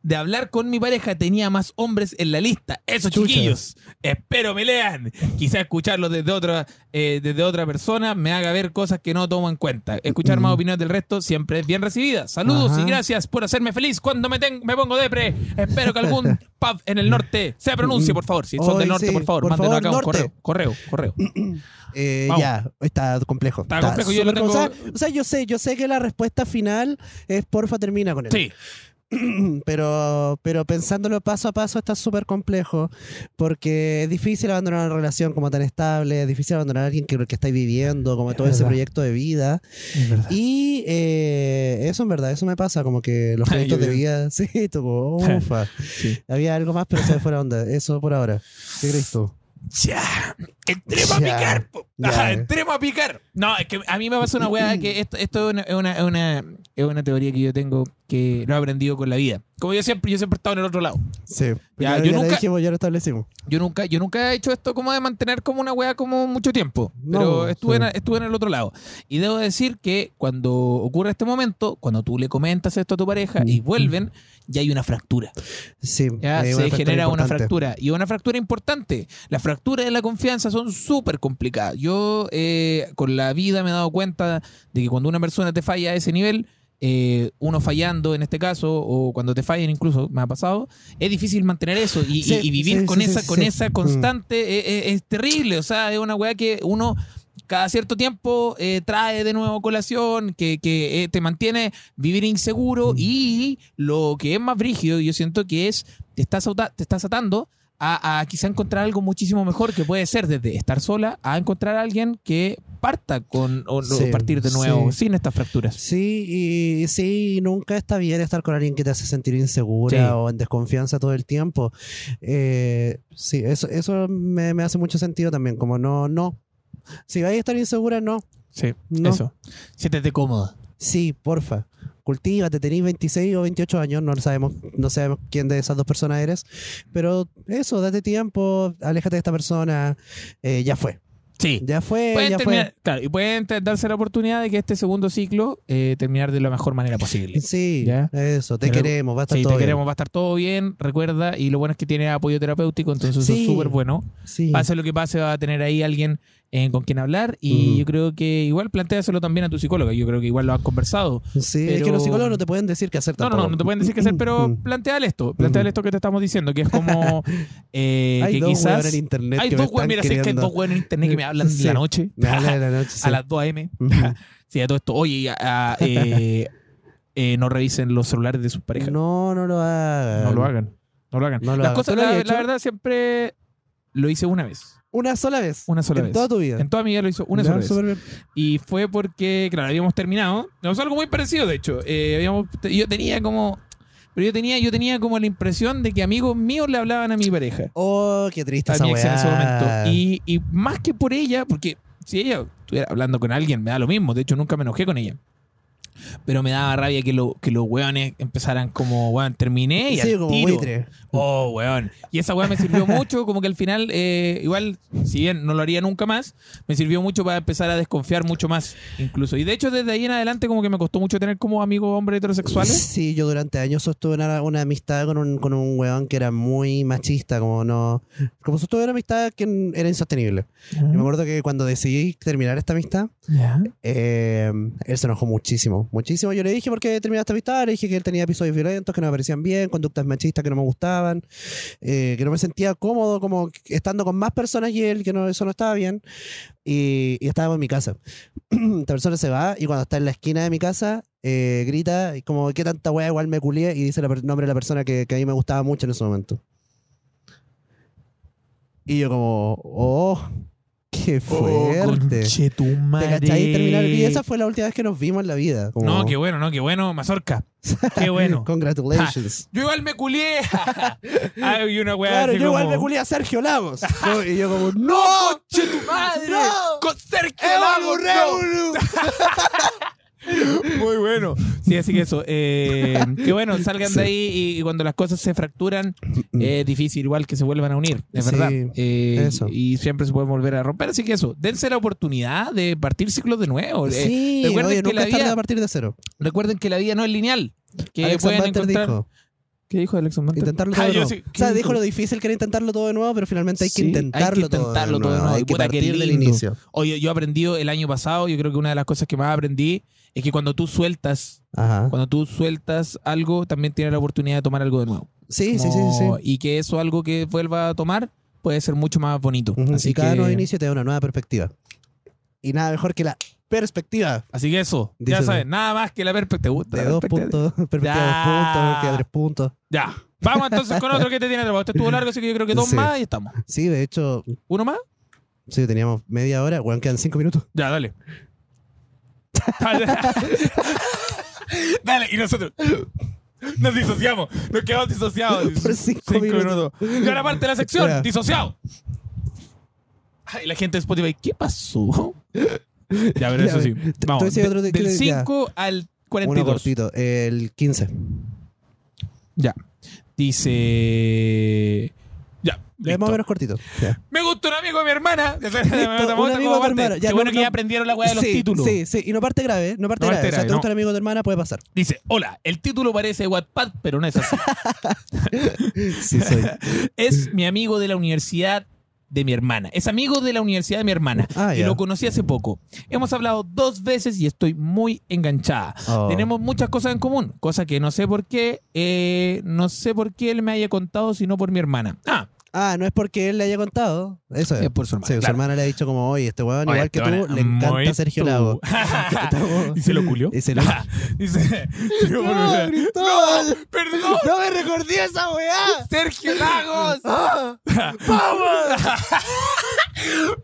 de hablar con mi pareja, tenía más hombres en la lista. Esos
Chucha.
chiquillos, espero me lean. Quizá escucharlos desde otra, eh, desde otra persona me haga ver cosas que no tomo en cuenta. Escuchar más
Mm.
opiniones del resto siempre es bien recibida. Saludos
Ajá.
y gracias por hacerme feliz cuando me, ten- me pongo depre. Espero que
[laughs]
algún pub en el norte se pronuncie, por favor. Si son
Oy,
del norte,
sí.
por favor,
Por
mándenos
favor,
acá un
norte.
correo. Correo, correo.
Eh,
Vamos.
ya, está complejo.
Está complejo, yo lo
súper- o sea-
tengo-
O sea, yo sé, yo sé que la respuesta final es porfa termina con él.
Sí,
[clears throat] Pero, pero pensándolo paso a paso está súper complejo porque es difícil abandonar una relación como tan estable, es difícil abandonar a alguien que, que estáis viviendo, como todo ese
verdad.
proyecto de vida. Y eh, eso en verdad, eso me pasa, como que los
[laughs] Yo
proyectos de
creo.
vida, [laughs] sí, tú como,
[laughs]
ufa.
Sí.
Había algo más, pero se me fue la onda. Eso por ahora. ¿Qué crees tú?
Ya. Entremos a
Ya.
picar. po.
Ya. eh.
Ajá, entremos a picar. No, es que a mí me pasa una weá que esto, esto es, una, es, una, es una- es una teoría que yo tengo que lo he aprendido con la vida. Como yo siempre, yo siempre he estado en el otro lado.
Sí, ya,
Ya, yo
ya lo
nunca-
dijimos, ya lo establecimos.
Yo nunca, yo nunca he hecho esto como de mantener como una weá como mucho tiempo.
No,
pero estuve,
sí.
en, estuve en el otro lado. Y debo decir que cuando ocurre este momento, cuando tú le comentas esto a tu pareja y
Mm.
vuelven, ya hay una fractura.
Sí, Eh, hay
Ya
una
se
fractura
genera una
importante.
fractura. Y una fractura importante. Las fracturas de la confianza son súper complicadas. Yo eh, con la vida me he dado cuenta de que cuando una persona te falla a ese nivel, eh, uno fallando en este caso, o cuando te fallan incluso, me ha pasado, es difícil mantener eso. Y, y-
Sí,
y vivir
sí,
con,
sí, sí,
esa,
sí,
con
sí. Mm.
esa constante eh, eh, es, terrible. O sea, es una weá que uno... Cada cierto tiempo eh, trae de nuevo colación, que, que eh, te mantiene vivir inseguro
Mm.
y lo que es más brígido, yo siento que es te estás, auta- te estás atando a, a quizá encontrar algo muchísimo mejor que puede ser desde estar sola a encontrar a alguien que parta con o no,
Sí,
partir de nuevo
sí.
sin estas fracturas.
Sí, y sí, nunca está bien estar con alguien que te hace sentir insegura
Sí.
o en desconfianza todo el tiempo. Eh, sí, eso, eso me, me hace mucho sentido también, como no, no. Si vais a estar insegura, no.
Sí,
No.
eso. Siéntete cómoda.
Sí, porfa. Cultívate, tenéis 26 o 28 años, no sabemos, no sabemos quién de esas dos personas eres, pero eso, date tiempo, aléjate de esta persona, eh, ya fue,
Sí.
Eh, ya fue,
Pueden
ya
terminar, claro, y pueden te- darse la oportunidad de que este segundo ciclo eh, terminar de la mejor manera
fue.
posible.
Sí,
Ya.
eso, te
Pero-
queremos, va a estar
Sí,
todo
te
bien.
queremos, va a estar todo bien, recuerda, y lo bueno es que tiene apoyo terapéutico, entonces eso
Sí.
es súper bueno.
Sí.
Pase lo que pase, va a tener ahí alguien eh, con quien hablar, y
Mm.
yo creo que igual planteaselo también a tu psicóloga, yo creo que igual lo han conversado,
Sí, es que
Pero-
los psicólogos no te pueden decir qué hacer
No, no,
tampoco.
no, no te pueden decir qué hacer, pero
Mm.
planteale esto, planteale esto que te estamos diciendo, que es
[laughs]
como eh,
Hay
que
dos
quizás...
hueones en internet
hay
que
dos
me
weones,
están
mira, si es que hay
queriendo.
[laughs] dos weones en internet que me
[laughs]
hablan
Sí.
de la noche,
Me habla de la noche, sí.
a las 2 a.m., [laughs]
Ujú.
sí, a todo esto, oye, y a- a, eh, [laughs] eh, no revisen los celulares de sus parejas, no,
No, no lo hagan.
lo hagan, no lo hagan.
No lo
Las
hagan.
cosas,
¿Tú lo
la,
has
la
hecho?
verdad, siempre lo hice una vez,
Una sola vez.
una sola
en
vez.
toda tu vida.
En toda mi vida lo hizo una
Ya,
sola vez.
súper bien.
Y fue porque, claro, habíamos terminado. Nos pasó algo muy parecido, de hecho. Eh, habíamos, te- yo tenía como. Pero yo tenía, yo tenía como la impresión de que amigos míos le hablaban a mi pareja.
Oh, qué triste
a
esa
mi ex en ese
weá.
momento. Y, y más que por ella, porque si ella estuviera hablando con alguien, me da lo mismo. De hecho, nunca me enojé con ella. Pero me daba rabia que, lo, que los weones empezaran como, weón, terminé y
Sí,
al
como
tiro.
buitre.
Oh, weón. Y esa weá me sirvió
[laughs]
mucho, como que al final, eh, igual, si bien no lo haría nunca más, me sirvió mucho para empezar a desconfiar mucho más, incluso. Y de hecho, desde ahí en adelante, como que me costó mucho tener como amigos hombres heterosexuales.
Sí, yo durante años sostuve una, una amistad con un, con un weón que era muy machista, como no... Como sostuve una amistad que n- era insostenible. Yo me acuerdo que cuando decidí terminar esta amistad, eh, él se enojó muchísimo, muchísimo. Yo le dije por qué terminaste esta amistad, le dije que él tenía episodios violentos que no me parecían bien, conductas machistas que no me gustaban, eh, que no me sentía cómodo como estando con más personas y él, que no, eso no estaba bien. Y, y estábamos en mi casa. [clears throat] Esta persona se va y cuando está en la esquina de mi casa, eh, grita y como, ¿qué tanta wea igual me culié? Y dice el nombre de la persona que, que a mí me gustaba mucho en ese momento. Y yo como, oh, qué
Oh,
fuerte. ¿Te cachai? Terminar y esa fue la última vez que nos vimos en la vida. Como,
No, qué bueno, no, qué bueno, Mazorca.
[laughs]
Qué bueno. [laughs]
Congratulations.
Yo igual
[laughs]
me culié. Hay una weá
claro,
así
yo igual
como,
me culé a Sergio
[laughs]
Lamos. Como- y yo como, ¡no!
¡No, conche tu madre!
¡No! [laughs]
¡Con Sergio Lagos,
¡Evalu,
no!
reulu!
[laughs]
[laughs]
Muy bueno. Sí, así que eso. Eh, que bueno, salgan de ahí y, y cuando las cosas se fracturan, eh, es difícil igual que se vuelvan a unir. Es
Mm. Sí,
verdad. Eh,
eso.
Y siempre se pueden volver a romper. Así que eso, dense la oportunidad de partir ciclos de nuevo. Eh,
Sí,
recuerden,
oye,
que
nunca
la
es tarde
vida,
a partir de cero.
recuerden que la vida no es lineal. Que
Alex
pueden
Van Basten
encontrar...
dijo,
¿Qué dijo Alex Van Basten?
intentarlo
Ah,
todo de
yo
nuevo.
sí.
O sea, dijo lo difícil que era intentarlo todo de nuevo, pero finalmente hay que
Sí, hay que
intentarlo,
intentarlo todo de nuevo.
Hay
Y
que
puta, qué
partir del
lindo.
inicio.
Oye, yo aprendí el año pasado, yo creo que una de las cosas que más aprendí es que cuando tú sueltas,
Ajá.
cuando tú sueltas algo, también tienes la oportunidad de tomar algo de nuevo.
Sí, sí, sí, sí.
Como- Y que eso algo que vuelva a tomar puede ser mucho más bonito.
Ujú,
Así
y cada
que
nuevo inicio te da una nueva perspectiva. Y nada mejor que la perspectiva
Así que eso, ya
Dice-
sabes, nada más que la perspectiva.
de dos puntos, [laughs] perspectiva de dos puntos,
Ya.
perspectiva de tres puntos.
Ya. Vamos entonces con otro que te tiene atrapado. Este estuvo largo, así que yo creo que dos
Sí.
más y estamos.
Sí, de hecho,
¿Uno más?
Sí, teníamos media hora, weón, quedan cinco minutos. [laughs]
Ya, dale. dale, y nosotros. Nos disociamos, nos quedamos disociados.
Por cinco minutos.
Y ahora parte de la sección,
Espera.
disociado. Ay, la gente de Spotify, ¿qué
[laughs]
pasó? Ya, pero
Ya,
eso
a
sí.
ver, te- te voy a
Vamos,
decir
de-
otro de-
del
que- ya.
5 al
Uno
42.
cortito, el 15.
Ya. Dice. Ya.
Es
listo.
más o menos cortito. Ya.
Me gusta un amigo de mi hermana. [laughs] Ya sabes, me gusta
un
como
amigo de tu
parte.
hermana. Ya,
Qué bueno
no,
que ya
no.
aprendieron la weá de los
sí,
títulos.
Sí, sí, y no parte grave, no parte
No
grave.
parte
O sea,
grave,
te gusta
no.
el amigo de tu hermana, puede
[laughs]
pasar.
Dice, hola, el título parece Wattpad, pero no es
[laughs]
así.
Sí, soy.
es mi amigo de la universidad de mi hermana. Es amigo de la universidad de mi hermana.
Ah,
y
ya.
lo conocí hace poco. Hemos hablado dos veces y estoy muy enganchada.
Oh.
[laughs] Tenemos muchas cosas en común, cosa que no sé por qué, eh, no sé por qué él me haya contado, sino por mi hermana. Ah,
Ah, no es porque él le haya contado. Eso es.
es por su hermana.
Sí, su
claro.
hermana le ha dicho como, oye, este weón,
Oye,
igual que
te van
tú,
a-
le encanta
muy
Sergio
tú. [laughs]
Lago. [laughs]
y se lo culió.
Y se lo-
[laughs] Dice, digo, por mi hermana,
Cristóbal!
perdón,
[laughs] ¡No me recordé esa weá!
Sergio Lagos.
¡Ah!
[laughs] ¡Power!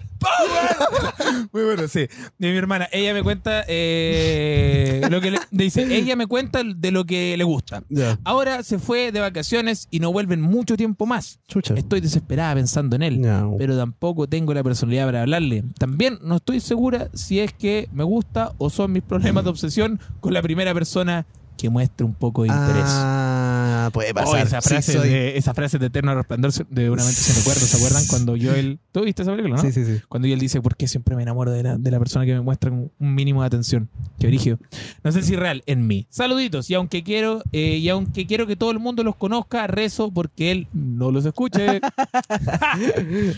[laughs] ¡Power! Muy bueno, sí. De mi hermana, ella me cuenta eh, lo que le, dice, ella me cuenta de lo que le gusta.
Ya,
Ahora se fue de vacaciones y no vuelven mucho tiempo más.
chucha.
Estoy desesperada pensando en él,
Ya.
Este, pero tampoco tengo la personalidad para hablarle. También no estoy segura si es que me gusta o son mis problemas de obsesión con la primera persona que muestre un poco de interés.
Ah, puede
Oh,
pasar.
esa,
Sí,
frase
soy.
de, esa frase de Eterno Resplandor de una mente sin recuerdo, ¿se acuerdan? Cuando Joel... ¿Tú viste esa película, no?
Sí, sí, sí.
Cuando Joel dice, ¿por qué siempre me enamoro de la, de la persona que me muestra un, un mínimo de atención? Qué brígido. No sé si es real, en mí. Saluditos, y aunque quiero eh, y aunque quiero que todo el mundo los conozca, rezo porque él no los
[laughs]
escuche.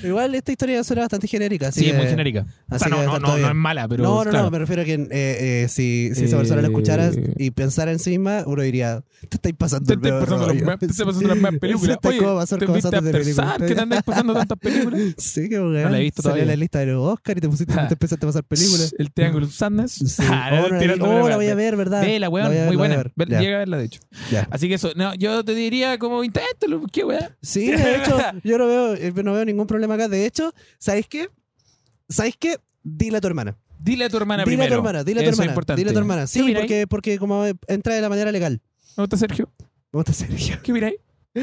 Igual esta historia suena bastante genérica. así
sí, es muy
que-
genérica. O sea,
así
no,
que
no,
está
no,
todo
no
bien.
es mala, pero...
no, no,
claro.
no, me refiero a que eh, eh, si, si esa persona la
Eh.
escuchara y pensara en sí misma, uno diría, te estáis pasando
Te
el
estás
peor
pasando, las
rollo".
más- te
[laughs]
estás pasando las más películas.
Te
Oye,
como pasar
te
con
viste
bastantes
After Sun,
películas.
que te andas pasando tantas películas.
Sí, que weón.
No la he visto
Salió
todavía.
la lista de los Oscars y te pusiste,
Ja.
te empezaste a pasar [laughs] películas.
El Triángulo de Sadness.
Sí.
[laughs] Ah,
Oh, no la vi-
tirando
oh,
una
la voy a
weá.
ver, ¿verdad?
Vela,
La
weón,
voy a ver,
muy
la voy a
buena.
ver.
Ve-
Ya,
Llega a verla, de hecho.
ya.
Así que eso, no, yo te diría como, inténtalo, qué weá.
Sí,
[laughs]
de hecho, yo no veo, eh, no veo ningún problema acá. De hecho, ¿sabéis qué? ¿Sabéis qué? Dile a tu hermana.
Dile a tu hermana
Dile a tu
primero.
hermana, dile a tu
Eso es
hermana.
importante.
Dile a tu hermana.
¿Qué
Sí,
opináis?
porque, porque como entra de la manera legal.
¿No está Sergio?
¿Cómo estás, Sergio? [laughs]
¿Qué miráis?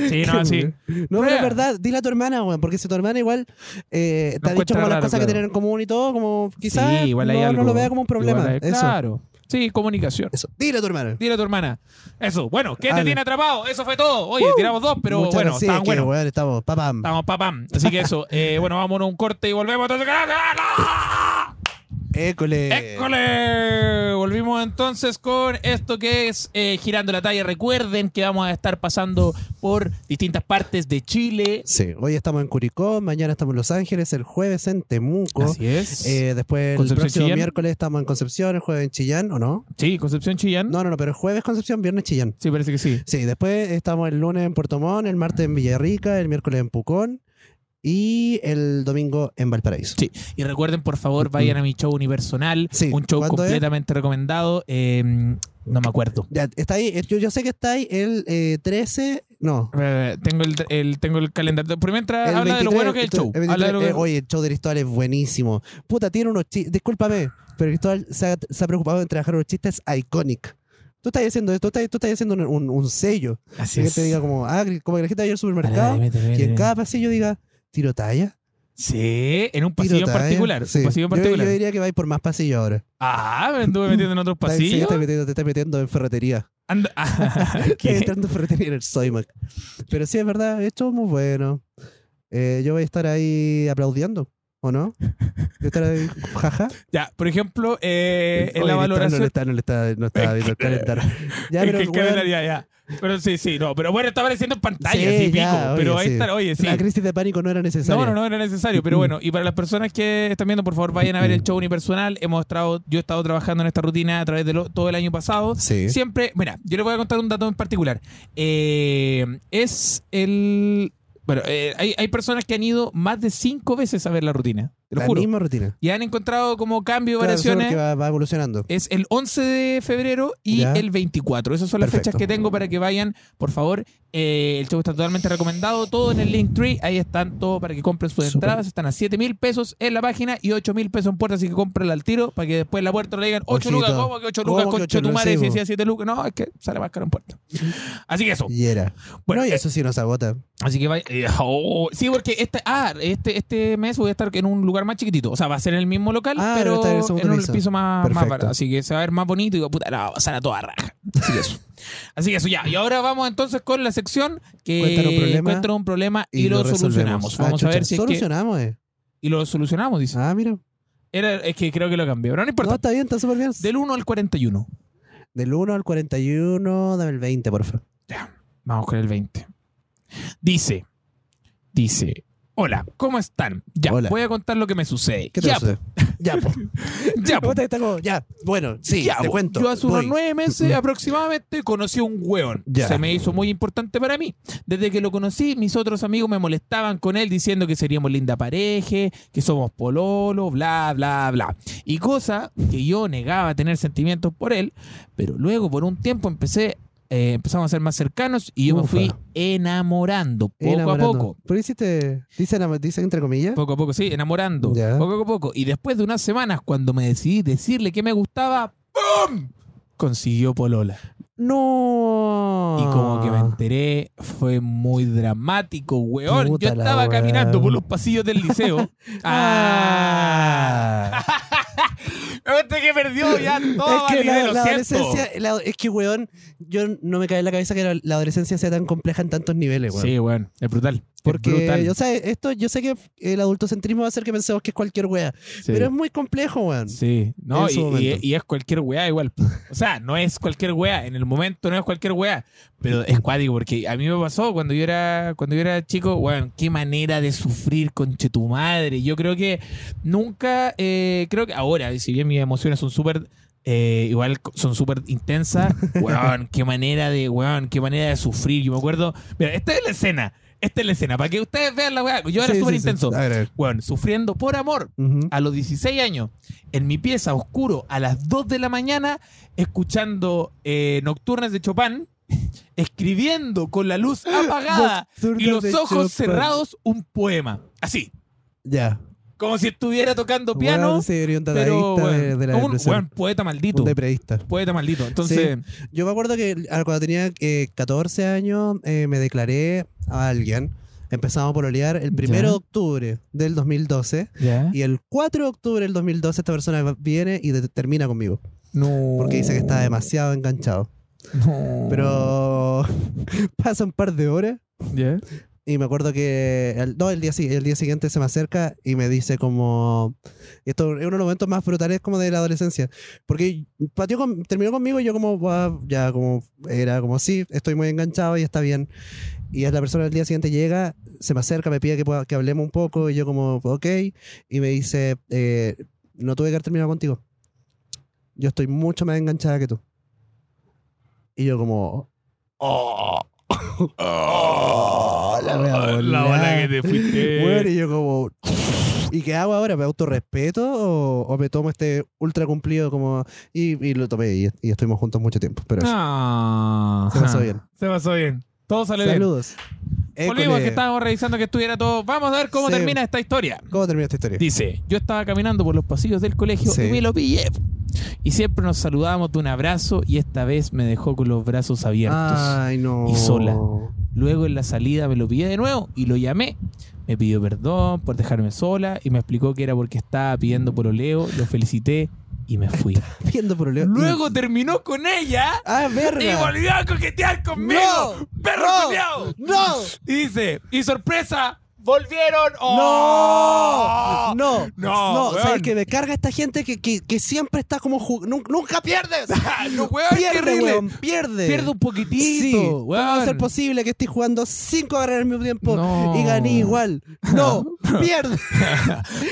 Sí, no, sí.
No, pero
Prueba.
es verdad, dile a tu hermana, weón, porque si tu hermana igual eh, te
No
ha dicho
encuentra
como las
raro,
cosas que
claro.
tienen en común y todo, como quizás
Sí, igual hay
no, no
algo.
lo vea como un problema.
Igual hay-
eso,
Claro. Sí, comunicación.
eso. Dile a tu hermana.
Dile a tu hermana. Eso, bueno, ¿qué te
Ale.
tiene atrapado? Eso fue todo. Oye,
Uh,
tiramos dos, pero
Muchas
bueno,
gracias,
estaban
que,
buenos.
weón, estamos, papam.
Estamos papam. Así que eso,
[laughs]
eh, bueno, vámonos a un corte y volvemos. Entonces, ¡ah!
École.
¡École! Volvimos entonces con esto que es eh, Girando la Talla. Recuerden que vamos a estar pasando por distintas partes de Chile.
Sí, hoy estamos en Curicó, mañana estamos en Los Ángeles, el jueves en Temuco.
es.
Eh, después el
Concepción,
próximo
Chillán.
miércoles estamos en Concepción, el jueves en Chillán, ¿o no?
sí, Concepción Chillán.
No, no, no, pero jueves Concepción, viernes Chillán.
Sí, parece que sí.
Sí, después estamos el lunes en Puerto Montt, el martes en Villarrica, el miércoles en Pucón y el domingo en Valparaíso.
Sí. Y recuerden, por favor, vayan a mi show unipersonal.
Mm. Sí,
Un show
¿cuándo es?
completamente recomendado. Eh, no me acuerdo.
Ya, está ahí, eh, yo, yo sé que está ahí el eh, 13, no.
Eh, tengo el, el- tengo el calendario. Por mientras
El
habla de lo
23,
bueno que es el
esto-
show.
el
Habla
23,
de lo que-
eh, oye, el show de Cristóbal es buenísimo. Puta, tiene unos chistes. Discúlpame, pero Cristóbal se ha, se ha preocupado en trabajar unos chistes iconic. Tú estás haciendo esto, tú estás, tú estás haciendo un, un- un sello.
Así
Que
es.
te diga como, ah, gri- como que la gente vaya al
Dale,
supermercado
dale, métele,
y en
métele.
cada pasillo diga, tiro talla.
Sí, en
Tiro
un pasillo en
talla".
particular.
¿eh? Sí.
Un pasillo en
Yo-
particular.
Yo, diría que va a ir por más pasillos ahora.
Ah, me anduve metiendo en otros
Está- sí,
pasillos.
Te estás metiendo, te estás metiendo en ferretería.
Ando- Ah,
Estás
[laughs] ¿qué?
entrando en ferretería en el Soymac. Pero sí, es verdad, esto es muy bueno. Eh, yo voy a estar ahí aplaudiendo, ¿o
[laughs]
no? Yo voy a estar ahí, jaja.
Ya, por ejemplo, eh, en
Oye, Cristóbal
la
No le
valoración.
está, no le está, no está viendo el calendario.
[laughs]
Ya,
Es
pero
que el
weón,
calendario, ya, ya. Pero sí, sí, no. Pero bueno, está apareciendo en pantalla,
Sí,
sí, pico.
ya, oye,
pero ahí
sí.
está, oye, sí.
la crisis de pánico no era necesaria.
No, no, no era necesario, pero bueno, y para las personas que están viendo, por favor, vayan a
[clears throat]
ver el show unipersonal. Hemos estado, yo he estado trabajando en esta rutina a través de lo- todo el año pasado.
Sí.
Siempre, mira, yo les voy a contar un dato en particular. Eh, es el... Bueno, eh, hay, hay personas que han ido más de cinco veces a ver la rutina, te lo
la
juro.
misma rutina.
Y han encontrado como cambio,
Claro, sí,
variaciones.
porque va, va evolucionando.
Es el 11 de febrero y
Ya.
el 24. Esas son las
Perfecto.
fechas que tengo para que vayan, por favor. Eh, el show está totalmente recomendado. Todo en el Linktree. Ahí están todo para que compren sus
Súper.
entradas. Están a 7 mil pesos en la página y 8 mil pesos en puerta. Así que cómprala al tiro para que después en la puerta le digan
Ojito.
8 lucas. ¿Cómo que 8
¿Cómo
lucas?
que
Concha
ocho
tu madre.
lucas?
Si
Sí,
decía 7 lucas. No, es que sale más caro en puerta. Así que eso.
Y era.
Bueno,
no, y
eh,
eso sí nos agota.
Así que vaya. eh, [laughs] oh, sí, porque este, ah, este, este mes voy a estar en un lugar más chiquitito. O sea, va a ser en el mismo local,
Ah, pero
pero,
está en el
en
segundo
un
piso.
piso, más, más
Perfecto.
barato. Así que se va a ver más bonito y digo, puta, la va a pasar a toda raja. Así que eso. Así que eso, ya. Y ahora vamos entonces con la sección que
Cuentan un problema
encuentra un problema y,
Y,
lo,
resolvemos.
solucionamos.
Ah,
Vamos a
chucha,
ver si es que.
Solucionamos, eh.
Y lo solucionamos, dice.
Ah, mira.
Era, es que creo que lo cambié, pero no
No,
importa.
está bien, está súper bien.
Del 1 al 41.
Del 1 al 41, dame el 20, por favor.
Vamos con el 20. Dice, dice, hola, ¿cómo están? Ya,
Hola.
voy a contar lo que me sucede.
¿Qué te
ya,
sucede? Ya, po.
[laughs] ya, po.
Puta, está como- ya, bueno, sí,
Ya,
te
bo.
cuento.
Yo hace unos
Voy.
nueve meses aproximadamente conocí a un hueón.
Ya.
Se me hizo muy importante para mí. Desde que lo conocí, mis otros amigos me molestaban con él diciendo que seríamos linda pareja, que somos pololo, bla, bla, bla. Y cosa que yo negaba tener sentimientos por él, pero luego por un tiempo empecé, eh, empezamos a ser más cercanos y yo me
Ufa.
fui enamorando poco
Enamorando.
a poco.
¿Por qué hiciste, dice, enamo- dice entre comillas?
Poco a poco, sí, enamorando.
Ya.
Poco a poco. Y después de unas semanas, cuando me decidí decirle que me gustaba, ¡pum! Consiguió Polola.
No.
Y como que me
Ah.
enteré, fue muy dramático, weón.
Puta
Yo
la
estaba
weá.
caminando por los pasillos del
[laughs]
liceo. ¡Ah! [laughs] Este que perdió ya todo
es que la,
validez,
la
lo siento.
adolescencia, la- es que weón, yo no me cae en la cabeza que la, la adolescencia sea tan compleja en tantos niveles, weón.
Sí, weón, es brutal.
Porque
es brutal.
yo sé, esto, yo sé que el adultocentrismo va a hacer que pensemos que es cualquier wea,
Sí.
pero es muy complejo, weón.
Sí, no,
En su
y- y,
momento.
y es cualquier weá igual. O sea, no es cualquier weá, en el momento no es cualquier weá, pero es cuático, porque a mí me pasó cuando yo era cuando yo era chico, weón, qué manera de sufrir conche tu madre. Yo creo que nunca, eh, creo que ahora, si bien mis emociones son súper, eh, igual son súper
[laughs]
intensas, weón, qué manera de, weón, qué manera de sufrir. Yo me acuerdo, mira, esta es la escena, esta es la escena, para que ustedes vean la weá, yo era
Sí,
súper
sí, Ah. sí.
intenso.
A ver, a ver.
Weón, sufriendo por amor,
Ujú.
a los 16 años, en mi pieza oscuro, a las 2 de la mañana, escuchando eh, Nocturnas de Chopin, [laughs] escribiendo con
[gasps]
la luz apagada y
Nocturno
los
de
ojos
Chopin.
cerrados un poema. Así,
Ya.
Como si estuviera tocando
Weón,
piano,
sí, era un
pero
dadaísta de,
weón,
de la
un
depresión.
weón, poeta maldito.
Un depreísta.
Poeta maldito. Entonces,
Yo me acuerdo que ah, cuando tenía eh, 14 años eh, me declaré a alguien. Empezamos por olear el 1 de
Ya.
octubre del 2012.
ya.
Y el 4 de octubre del 2012 esta persona va- viene y de- termina conmigo.
No.
Porque dice que está
Oh.
demasiado enganchado.
No.
Pero [laughs] pasa un par de horas [laughs]
Ya.
y me acuerdo que el, no, el, día, si- el día siguiente se me acerca y me dice como... Esto es uno de los momentos más brutales como de la adolescencia. Porque Patio con- terminó conmigo y yo como, "Buah", ya como era como, sí, estoy muy enganchado y está bien. Y la persona el día siguiente llega, se me acerca, me pide que, pueda- que hablemos un poco y yo como, ok. Y me dice, eh, no tuve que haber terminado contigo. Yo estoy mucho más enganchada que tú. Y yo como, la wea
Oh, la
volada.
hora que te fuiste.
Bueno, y yo como... ¿Y qué hago ahora? ¿Me autorrespeto o, o me tomo este ultra cumplido como... Y, y lo tomé y, y estuvimos juntos mucho tiempo. Pero eso.
Ah.
Se pasó bien.
Se pasó bien. Todo salió bien.
Saludos.
Volvimos
École.
que estábamos revisando que estuviera todo. Vamos a ver cómo
Sí.
termina esta historia.
¿Cómo termina esta historia?
Dice, yo estaba caminando por los pasillos del colegio
Sí.
y me lo pillé. Y siempre nos saludábamos de un abrazo y esta vez me dejó con los brazos abiertos.
Ay, no.
y sola. Luego en la salida me lo pillé de nuevo y lo llamé. Me pidió perdón por dejarme sola y me explicó que era porque estaba pidiendo pololeo. Lo felicité y me
[laughs]
fui.
Viendo por Leo.
Luego
Y-
terminó con ella
Ah,
y
verga.
volvió a coquetear conmigo.
No,
¡Perro
no,
culiao.
No.
Y dice, y sorpresa, volvieron.
No,
¡Oh!
no,
No,
no,
weón.
sabes que me carga esta gente que, que, que siempre está como jug- nun- nunca pierdes,
[laughs] No, weón, qué
pierde,
horrible.
weón, pierde,
Pierdo un poquitito.
Sí, ¿cómo va a
weón.
ser posible que estés jugando cinco carreras al mismo tiempo
No.
y gané igual? No,
[laughs]
pierde.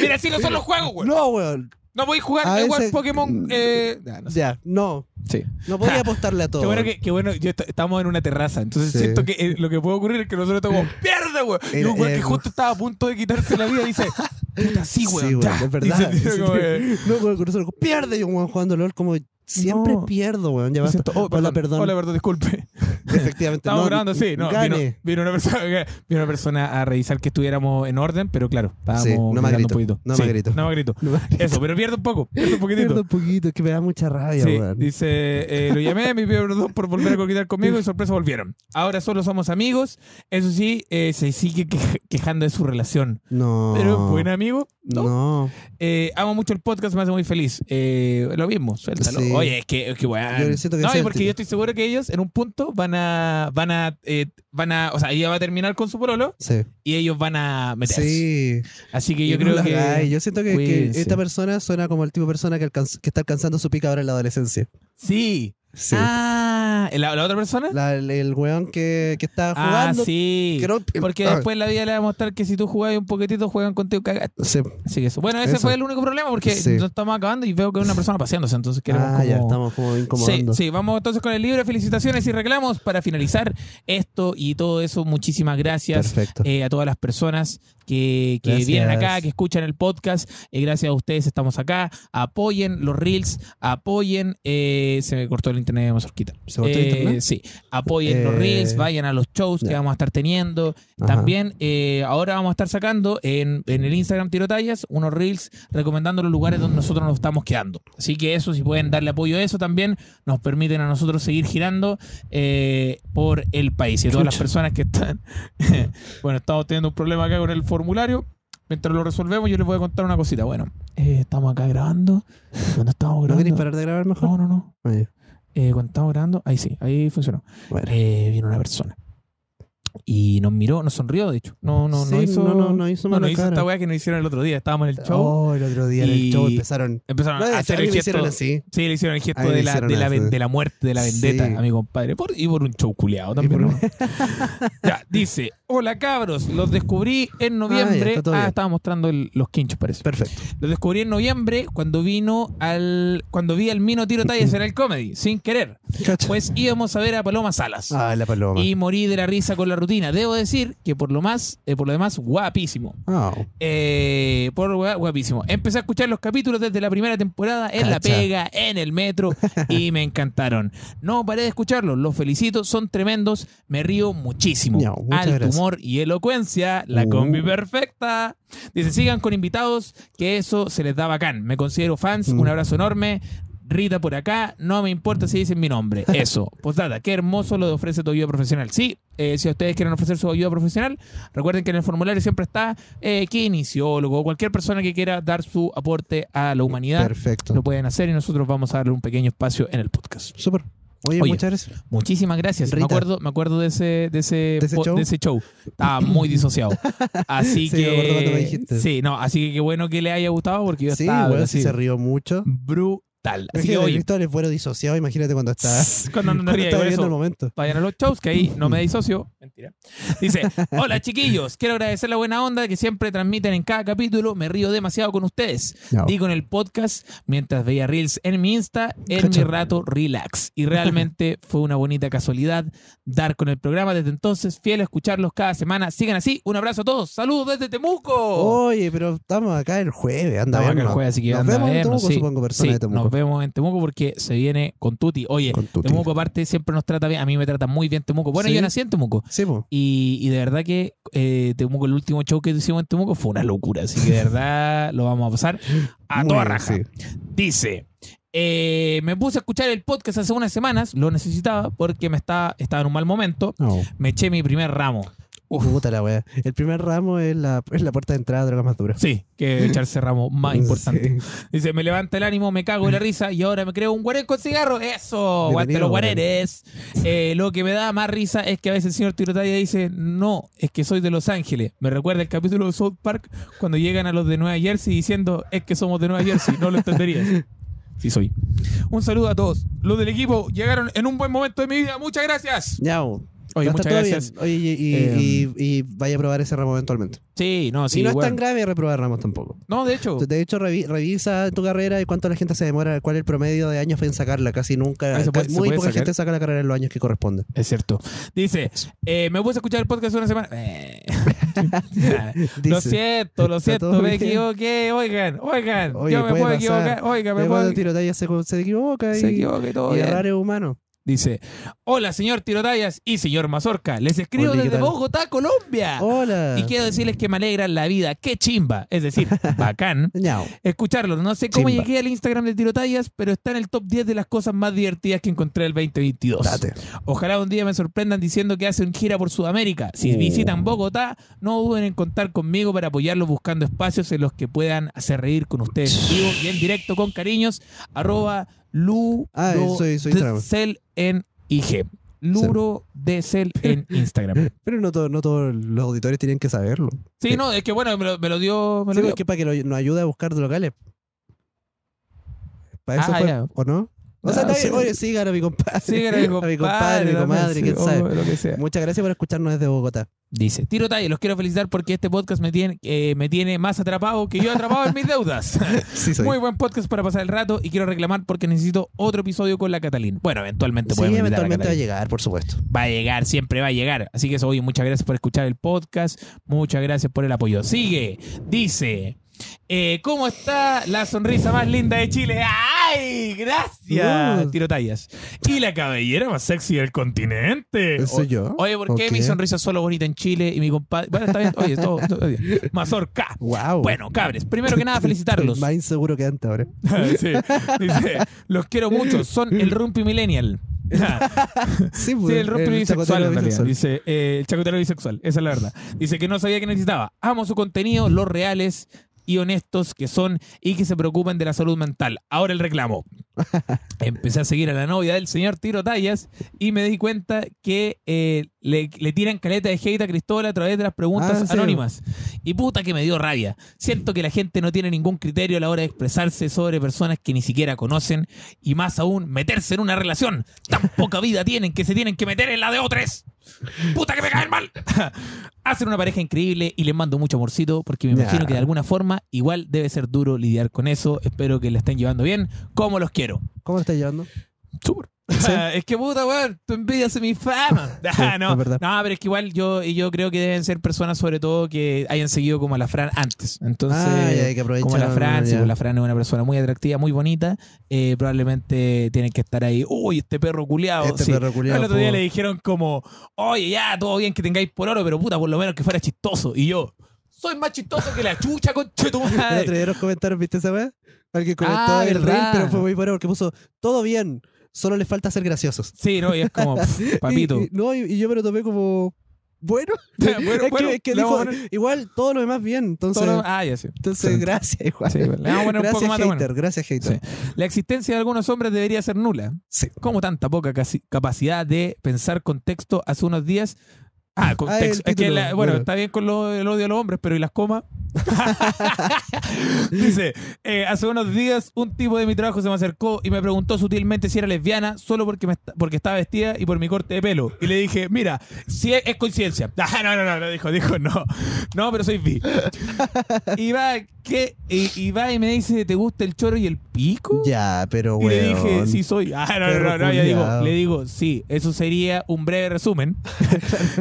Mira, si no son los juegos, weón. No,
No, weón.
voy a jugar
A
a
veces- mm,
Pokémon. Eh... nah, no sé.
Ya, no.
Sí.
No podía apostarle a todo.
Qué bueno que, qué bueno, yo est- estamos en una terraza, entonces
Sí.
siento que eh, lo que puede ocurrir es que nosotros estamos
[laughs]
pierde, weón. Y un
Eh,
weón
eh,
que justo estaba a punto de quitarse la
[laughs]
vida dice, puta, sí,
Sí,
weón. ya".
weón, es
[laughs] Y se
verdad.
tira como, eh,
No, weón, con nosotros, pierde. Y un weón jugando LOL como siempre
No.
pierdo, weón. Ya
lo
basta.
siento. Oh,
Hola, perdón.
Hola, perdón, disculpe.
Efectivamente.
Estamos
no,
grabando, sí. No, vino,
gane.
vino una persona, [laughs] vino una persona a revisar que estuviéramos en orden, pero claro, estábamos
Sí, no más
gritando un
grito,
poquito.
no
Sí,
más grito.
No más grito.
No,
[laughs] Eso, pero pierde un poco, pierde un poquitito.
pierdo un poquito, es que me da mucha rabia,
Sí,
weón.
dice, eh, lo llamé, me pidió perdón por volver a coquetear conmigo y sorpresa volvieron. Ahora solo somos amigos. Eso sí, eh, se sigue quej- quejando de su relación.
No.
Pero buen amigo, ¿no?
No.
Eh, amo mucho el podcast, me hace muy feliz. Eh, lo mismo, suéltalo.
Sí.
Oye, es que, es que bueno.
Yo siento que
no,
ese es
y
el
porque
tipo.
yo estoy seguro que ellos en un punto van a, van a, eh, van a, o sea, ella va a terminar con su pololo
Sí.
y ellos van a meterse.
Sí.
Así que
Y
yo
no
creo
la
que...
hagáis. yo siento que, que
Cuídense.
esta persona suena como el tipo de persona que, alcanz- que está alcanzando su pica ahora en la adolescencia.
Sí.
Sí.
Ah, ¿la, la otra persona?
La- el, el weón que, que está
Ah,
jugando.
sí.
que no-
Porque
Ah,
después la vida le va a mostrar que si tú jugabas un poquitito, juegan contigo cagaste.
sí.
Así que eso. Bueno, ese
Eso.
fue el único problema porque
Sí.
no estamos acabando y veo que hay una persona paseándose, entonces queremos
Ah,
como...
ya estamos como
Sí,
incomodando.
sí, vamos entonces con el libro. Felicitaciones y reclamos para finalizar esto y todo eso. Muchísimas gracias
Perfecto.
eh, a todas las personas que, que
Gracias.
vienen acá, que escuchan el podcast. Eh, gracias a ustedes estamos acá. Apoyen los reels, apoyen. eh, se me cortó el internet de Mazorquita.
¿Se cortó el
Eh,
internet?
Sí, apoyen los
Eh,
reels, vayan a los shows que
ya.
vamos a estar teniendo.
Ajá.
También eh, ahora vamos a estar sacando en, en el Instagram Tirotallas unos reels recomendando los lugares donde nosotros nos estamos quedando. Así que eso, si pueden darle apoyo a eso también, nos permiten a nosotros seguir girando eh, por el país. Y a todas las
Chucha.
personas que están... [laughs] bueno, estamos teniendo un problema acá con el formulario. Mientras lo resolvemos, yo les voy a contar una cosita. Bueno, eh, estamos acá grabando. Cuando estamos
¿No queréis
grabando...
parar de grabar mejor?
No, no, no.
Oye,
Eh, cuando estamos grabando... Ahí sí, ahí funcionó
bueno.
eh, vino una persona. Y nos miró, nos sonrió, de hecho. No, no,
Sí,
no hizo.
no, no, no hizo
no, no
mala
hizo
cara.
esta weá que nos hicieron el otro día. Estábamos en el show.
Oh, el otro día en
Y-
el show empezaron.
Empezaron
No,
a
a
hacer
mí
el
me
gesto.
hicieron así.
Sí, le hicieron el gesto
A mí me
de la,
hicieron
de, la,
así.
ven- de la muerte, de la vendetta
Sí.
a mi compadre. Por- y por un show culeado también.
Y por
¿no? [laughs] ya, dice: Hola cabros, los descubrí en
Ah, ya,
noviembre.
está todo
Ah,
bien.
estaba mostrando el- los quinchos, parece.
Perfecto. [laughs]
Los descubrí en noviembre cuando vino al. cuando vi al Mino Tiro Talles en el comedy, sin querer.
Cacha.
Pues íbamos a ver a Paloma Salas.
ah, la paloma.
Pues, y morí de la risa con la rutina. Debo decir que por lo más, eh, por lo demás, guapísimo.
Ah,
Eh, por gua- guapísimo. Empecé a escuchar los capítulos desde la primera temporada en La
Cacha.
Pega, en el metro
[laughs]
y me encantaron. No paré de escucharlos, los felicito, son tremendos, me río muchísimo.
Ya, muchas
Al
gracias.
humor y elocuencia, la
Uh.
combi perfecta. Dice, sigan con invitados, que eso se les da bacán. Me considero fans,
Mm.
un abrazo enorme. Rita por acá, no me importa si dicen
[laughs]
mi nombre. Eso. Postdata, qué hermoso lo de ofrece tu ayuda profesional. Sí, eh, si ustedes quieren ofrecer su ayuda profesional, recuerden que en el formulario siempre está eh, que kinesiólogo o cualquier persona que quiera dar su aporte a la humanidad.
perfecto.
Lo pueden hacer y nosotros vamos a darle un pequeño espacio en el podcast.
Súper. Oye,
Oye.
muchas gracias.
Muchísimas gracias. Me
Rita.
acuerdo, me acuerdo de ese, de ese,
¿De ese
po-
show?
de ese show. Estaba
[laughs]
muy disociado. Así
Sí, me acuerdo cuando me
que.
dijiste.
Sí, no, así que qué bueno que le haya gustado porque yo
Sí,
estaba
igual
así,
sí se rió mucho.
brutal. Así
[laughs] Imagínate,
que oye,
Cristóbal es bueno disociado, imagínate cuando
[laughs]
está,
cuando
[laughs]
no
cuando
ría,
está
por
viviendo
eso,
el momento.
Vayan a los shows, que ahí no
[clears throat]
me disocio. Mentira. Dice, hola chiquillos, quiero agradecer la buena onda que siempre transmiten en cada capítulo. Me río demasiado con ustedes.
No.
Digo en el podcast mientras veía Reels en mi Insta, en
Cacha.
mi rato relax.
[laughs]
Y realmente fue una bonita casualidad dar con el programa desde entonces. Fiel a escucharlos cada semana. Sigan así. Un abrazo a todos. Saludos desde Temuco.
Oye, pero estamos acá el jueves, Oh, anda a
Estamos acá el
vernos.
jueves, así que
Nos
anda a
vemos en
vernos,
Temuco,
sí.
supongo, persona
Sí,
de Temuco.
Nos vemos en Temuco porque se viene con Tuti. Oye,
Con tu tía.
Temuco aparte siempre nos trata bien. A mí me trata muy bien Temuco. Bueno,
¿Sí?
yo nací en Temuco.
Sí, po.
Y, y de verdad que eh, Temuco, el último show que hicimos en Temuco fue una locura. Así que de verdad lo vamos a pasar a
Muy
toda
bien,
raja.
sí.
Dice. eh, me puse a escuchar el podcast hace unas semanas, lo necesitaba porque me estaba, estaba en un mal momento.
No.
Me eché mi primer ramo.
Puta la wea. El primer ramo es la, es la puerta de entrada de droga más dura.
Sí, que echarse ramo más importante.
[laughs] Sí.
Dice, me levanta el ánimo, me cago en la risa y ahora me creo un guarén con cigarro. Eso, aguante
Mm. Bienvenido,
los guarenes. Eh, lo que me da más risa es que a veces el señor Tirotaya dice, no, es que soy de Los Ángeles. Me recuerda el capítulo de South Park cuando llegan a los de Nueva Jersey diciendo, es que somos de Nueva Jersey, no lo entenderías.
[laughs]
Sí, soy. Un saludo a todos. Los del equipo llegaron en un buen momento de mi vida. Muchas gracias.
Ya,
Oye,
va a estar
muchas
todo bien.
gracias.
Oye, y, y-
Eh,
y- y vaya a probar ese ramo eventualmente.
Sí, no, sí.
y no es
bueno.
tan grave reprobar ramos tampoco.
No, de hecho.
De hecho, revi- revisa tu carrera y cuánto la gente se demora, cuál es el promedio de años en sacarla. Casi nunca.
Ah, se puede-
ca-
se
muy
puede
poca
sacar.
gente saca la carrera en los años que corresponde.
Es cierto. Dice, eh, me puse a escuchar el podcast una semana.
[laughs]
Eh. [laughs] lo
Dice,
siento, lo
está
siento,
todo
me
bien.
equivoqué. Oigan, oigan,
Oye,
yo me
puede
puedo
pasar.
equivocar. Oigan, me
Pero
puedo
cuando Tirotaya se, se equivoca y,
Se equivoca y todo.
y
bien.
errar es humano.
Dice, hola, señor Tirotayas y señor Mazorca. Les escribo
Hola, ¿qué
desde
tal?
Bogotá, Colombia.
Hola.
Ah, Y quiero decirles que me alegran la vida. ¡Qué chimba!
[laughs]
Es decir, bacán.
Ñao.
Escucharlo. No sé cómo
Chimba.
llegué al Instagram de Tirotallas, pero está en el top 10 de las cosas más divertidas que encontré el 2022.
Date.
Ojalá un día me sorprendan diciendo que hacen gira por Sudamérica. Si
Uh.
visitan Bogotá, no duden en contar conmigo para apoyarlos buscando espacios en los que puedan hacer reír con ustedes en vivo y en directo con cariños. Arroba Lu
Ah,
Lu-
soy- soy
de
trans.
Cel en IG. Luro de Cel
[laughs]
en Instagram.
Pero no, todo- no todos los auditores tienen que saberlo.
Sí, no, es que bueno, me lo, me lo dio. Me lo
Sí,
dio.
es que para que lo- nos ayude a buscar locales. Para eso
Ah,
fue,
ya.
¿o no? O sea,
Ah,
está bien.
sí.
oye, sigan a mi compadre. [laughs]
Sigan a mi compadre,
a mi
también,
comadre,
sí,
quién
o
sabe.
lo que sea.
Muchas gracias por escucharnos desde Bogotá.
Dice, tiro talla, los quiero felicitar porque este podcast me tiene, eh, me tiene más atrapado que yo atrapado en mis deudas.
Sí, soy.
Muy buen podcast para pasar el rato y quiero reclamar porque necesito otro episodio con la Catalina. Bueno, eventualmente
sí,
podemos invitar a
eventualmente va a
Catalina.
llegar, por supuesto.
va a llegar, siempre va a llegar. Así que eso, oye, muchas gracias por escuchar el podcast, muchas gracias por el apoyo. Sigue, dice, eh, ¿cómo está la sonrisa más linda de Chile? ¡Ay, gracias!
Uh.
Tiro tallas. Y la cabellera más sexy del continente.
Soy yo.
Eh, Oye, ¿por qué
Ok.
mi sonrisa es solo bonita en Chile y mi compadre? Bueno, está bien. Oye, todo, todo bien. Mazorca.
Wow.
Bueno, cabres,
[laughs]
primero que nada, felicitarlos.
Más inseguro que antes ahora.
[laughs] Sí. Dice, los quiero mucho, son el Rumpi Millennial. [laughs] Ah,
Sí,
Sí,
pues,
el rostro bisexual.
chacotero
en realidad.
bisexual.
Dice, eh, el chacotero bisexual, esa es la verdad. Dice que no sabía que necesitaba. Amo su contenido, los reales y honestos que son y que se preocupan de la salud mental. Ahora
[laughs]
el reclamo. Empecé a seguir a la novia del señor Tiro Tallas y me di cuenta que eh, le, le tiran caleta de hate a Cristóbal a través de las preguntas
Ah, sí.
anónimas. Y puta que me dio rabia. Siento que la gente no tiene ningún criterio a la hora de expresarse sobre personas que ni siquiera conocen y más aún meterse en una relación.
[laughs]
Tan poca vida tienen que se tienen que meter en la de otros. Puta que me caen mal. [laughs] Hacen una pareja increíble y les mando mucho amorcito porque me
Ya.
imagino que de alguna forma igual debe ser duro lidiar con eso. Espero que la estén llevando bien. Como los quiero.
¿Cómo lo estás llevando?
[laughs] Súper.
Sí.
es que puta, weón, tu envidia hace mi fama.
[laughs] Sí,
Ah, no,
es verdad.
no, pero es que igual yo, y yo creo que deben ser personas, sobre todo, que hayan seguido como a la Fran antes. Entonces,
Ah, ya, hay que aprovechar.
como la Fran, sí,
ya.
pues la Fran es una persona muy atractiva, muy bonita, eh, probablemente tienen que estar ahí, uy, este perro culiado.
Este perro culiao,
El otro día
po.
le dijeron como, oye, ya, todo bien que tengáis por oro, pero puta, por lo menos que fuera chistoso. Y yo, soy más chistoso que la chucha, conche tu
[laughs] El
madre.
otro día los comentarios, ¿viste esa vez? Alguien comentó
Ah,
el reel,
verdad.
pero fue muy bueno porque puso todo bien, solo les falta ser graciosos.
Sí, no, y es como, pff,
[laughs]
papito.
Y- y- no, y, y yo me lo tomé como. Bueno,
[laughs] Bueno,
es que,
bueno,
es que
le
dijo,
vamos a poner
igual todo lo demás bien, entonces,
todo- Ah, ya sí.
entonces
excelente.
gracias, igual.
Sí, le vamos a poner un
gracias,
poco más de
hater,
bueno.
gracias, hater.
La existencia de algunos hombres debería ser nula.
Sí.
Como tanta poca casi- capacidad de pensar contexto hace unos días. Ah, contexto.
el
Es que
título,
la- bueno,
bueno.
está bien con lo- el odio a los hombres, pero ¿y
[laughs]
las comas? Dice, eh, hace unos días un tipo de mi trabajo se me acercó y me preguntó sutilmente si era lesbiana solo porque, me esta- porque estaba vestida y por mi corte de pelo. Y le dije, mira, si es, es coincidencia. [laughs] Ah, no, no, no, no, dijo, dijo, no. No, pero
[laughs]
soy bi. y, va, ¿qué? Y, y va y me dice, ¿te gusta el choro y el pico?
Ya, pero
Y
bueno.
le dije, sí soy. Ah, no, no,
Oh, Perro
no, no, ya
culiao.
digo, le digo, sí, eso sería un
[laughs]
breve resumen.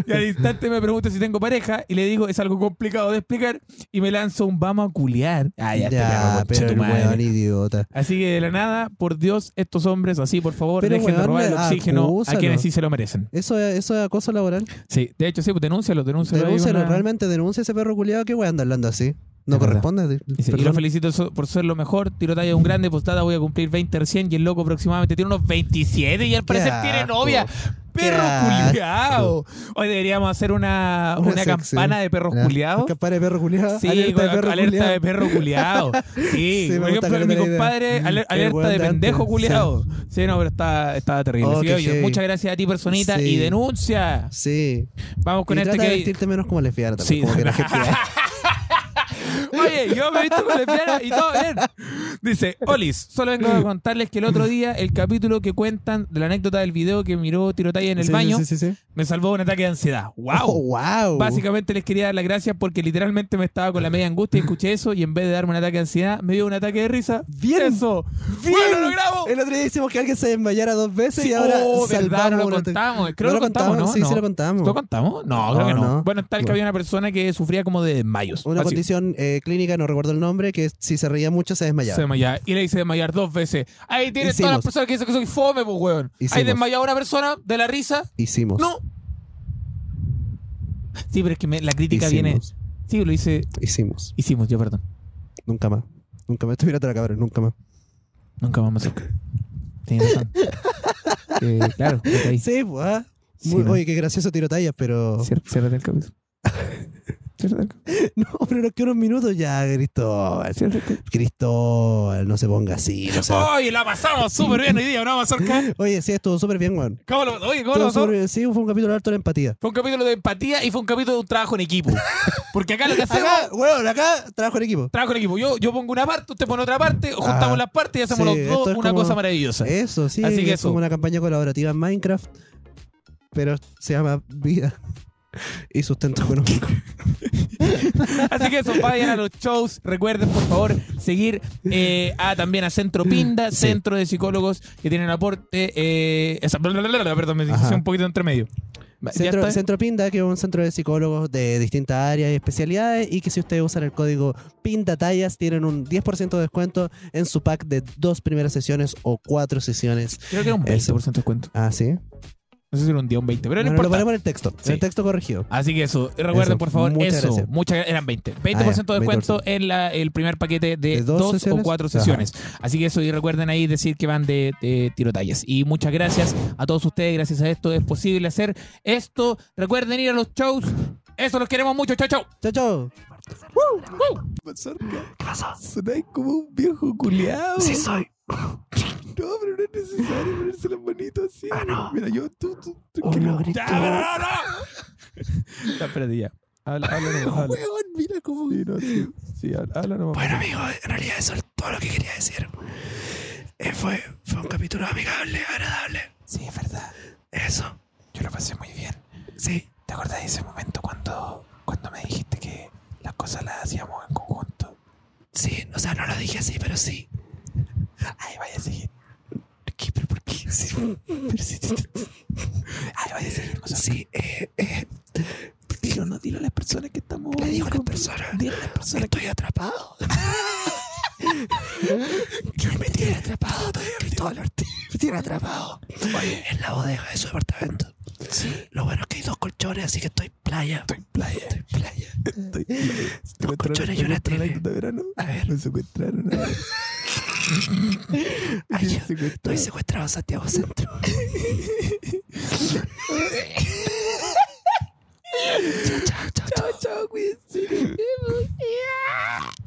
y al instante me pregunta si tengo pareja y le digo, es algo complicado de explicar y me lanzo un vamos a culiar. Ah,
ya,
ya, este perro, concha
pero
tu
el
madre.
weón idiota.
Así que de la nada, por Dios, estos hombres así, por favor,
Pero,
dejen de
weón,
robar el
le-
oxígeno a
acúsalo.
quienes sí se lo merecen.
Eso es, eso es acoso laboral.
Sí, de hecho, sí, pues denúncialo, denúncialo. ahí,
Denúncialo,
una-
realmente denuncia ese perro culiado que weón anda hablando así. No
Es verdad.
corresponde.
Dice, y
perdón.
lo felicito so- por ser lo mejor. Tiro talla de un grande, postada voy a cumplir 20 recién. Y el loco aproximadamente tiene unos 27 y al parecer tiene
asco.
novia.
Qué
¡Perro
asco.
culiado! Hoy deberíamos hacer una,
Una
una,
sección.
campana de perros
Ya,
culiados.
Campana de perro culiado.
Sí,
alerta de
con-
perro
alerta
culiao.
de perro
[laughs]
culiado. Sí,
Sí, me gusta
por ejemplo, mi
caleta la idea.
compadre, aler-
El
alerta
weón
de
de antes,
pendejo
sí.
culiado. Sí, no, pero está, está terrible.
Oh,
Así que,
qué
oye,
heavy.
muchas gracias a ti, personita,
Sí.
y denuncia.
Sí.
Vamos con
y
este
trata de
que.
vestirte menos como lesbiana tampoco,
Sí.
como
[laughs]
que la gente...
Oye, yo me he visto con lesbiana y todo bien. Dice, Olis, solo vengo a contarles que el otro día el capítulo que cuentan de la anécdota del video que miró Tirotaya en el
Sí, sí,
baño
Sí, sí, sí.
me salvó un ataque de ansiedad.
Oh,
¡Wow!
wow.
Básicamente les quería dar las gracias porque literalmente me estaba con la media angustia y escuché eso y en vez de darme un ataque de ansiedad me dio un ataque de risa.
Bien.
¡Eso!
¡Bien!
¡Bueno, lo logramos!
El otro día hicimos que alguien se desmayara dos veces y
Sí,
ahora
oh, verdad,
salvamos
no lo
una-
contamos. Creo
¿No
que
lo
lo contamos, ¿no?
Sí,
No.
sí lo contamos.
¿Lo contamos? No, creo
No,
que no.
no.
Bueno, tal que
Bueno.
había una persona que sufría como de desmayos.
Una
Así.
condición eh, clínica, no recuerdo el nombre, que si se reía mucho se desmayaba.
Se desmayaba. Y le hice desmayar dos veces. Ahí tienes todas las
Hicimos.
personas que dicen que soy fome, pues, weón. Ahí
Hicimos.
desmayaba una persona de la risa.
Hicimos.
No. Sí, pero es que me- la crítica
hicimos,
viene. Sí, lo hice.
Hicimos.
Hicimos, yo, perdón.
Nunca más. Nunca más. Estuviera la cabrón, nunca más.
Nunca más me acerqué. Tienes [laughs] razón. Eh, claro, ok.
Sí, pues. ah.
Sí,
Muy-
¿no?
Oye, qué gracioso tiro tallas, pero.
Cier- Ciérrate el capítulo. Ciérrate el capítulo.
[laughs] No, pero nos quedan unos minutos ya, Cristóbal.
Ciérrate el capítulo.
Cristóbal, no se ponga así. no sea-
Oye, la pasamos súper bien hoy día, ¿no, Mazorca?
Oye, sí, estuvo súper bien, weón.
¿Cómo lo, oye, ¿cómo
Estuvo
lo pasó?
súper bien. Sí, fue un capítulo harto de empatía.
Fue un capítulo de empatía y fue un capítulo de un trabajo en equipo. Porque acá lo que hacemos
Acá, weón, acá trabajo en equipo.
Trabajo en equipo. Yo, yo pongo una parte, usted pone otra parte, juntamos
Ajá.
las partes y hacemos
Sí,
los dos
esto es
una
como-
cosa maravillosa.
Eso, sí.
Así que
es
eso.
como una campaña colaborativa en Minecraft, pero se llama Vida y Sustento Económico.
Así que eso, vayan a los shows. Recuerden, por favor, seguir eh, a, también a Centro Pinda, Centro de Psicólogos que tienen aporte. Eh, esa- bla, bla, bla, bla, perdón, me
Ajá.
hice un poquito entre medio. ¿Ya
Centro,
está?
Centro Pinda, que es un centro de psicólogos de distintas áreas y especialidades, y que si ustedes usan el código PINDATALLAS, tienen un 10% de descuento en su pack de dos primeras sesiones o cuatro sesiones.
Creo que era un
Eso.
20% de descuento.
Ah, sí.
No sé si era un día o un 20, pero no,
Bueno, lo
importa.
ponemos en el texto,
Sí.
en el texto corregido.
Así que eso, recuerden
Eso,
por favor,
muchas
eso,
gracias. Ah,
muchas gracias, eran 20. 20%
20%.
de descuento en la, el primer paquete de,
¿De dos
dos, o
sesiones?
cuatro
Ajá.
sesiones. Así que eso, y recuerden ahí decir que van de, de tirotallas. Y muchas gracias a todos ustedes, gracias a esto es posible hacer esto. Recuerden ir a los shows, eso los queremos mucho, chao, chao.
Chao, chao.
¿Qué pasó?
Sonáis como un viejo culiado.
Sí soy.
No, pero no es necesario ponerse las manitos así.
Ah, no.
Mira, yo, tú, tú, tú.
que Uno no- gritó.
no, no, no. Ya, espérate, ya. Habla, habla, no, habla. mira cómo. Sí, no, sí, sí, habla, habla nomás.
Bueno, amigos, en realidad eso es todo lo que quería decir. Eh, fue, fue un capítulo amigable, agradable.
Sí, es verdad.
Eso.
Yo lo pasé muy bien.
Sí,
¿Te acordás de ese momento cuando, cuando me dijiste que las cosas las hacíamos en conjunto?
sí. O sea, no lo dije así, pero sí.
Ay, vaya, sí.
¿Qué, pero por qué? Sí,
Ay, vaya a seguir, cosa.
sí, eh, eh,
Dilo, no, dilo a las personas que estamos.
le digo a las
con-
personas,
Dilo a las personas
estoy atrapado. que me tiene atrapado, Cristóbal Ortiz. Me [laughs] tiene atrapado. Oye, en la bodega de su departamento. Lo bueno es que hay dos colchones, así que estoy playa. Estoy playa. Estoy playa.
Estoy-
Dos colchones y una
encontraron
tele.
anécdota de verano.
A ver.
Me secuestraron. a ver.
[laughs]
Me
Ay, yo
secuestraron.
Estoy secuestrado en Santiago [laughs] Centro. chao, chao, chao.
Chao, chao, cuídense. Nos vemos.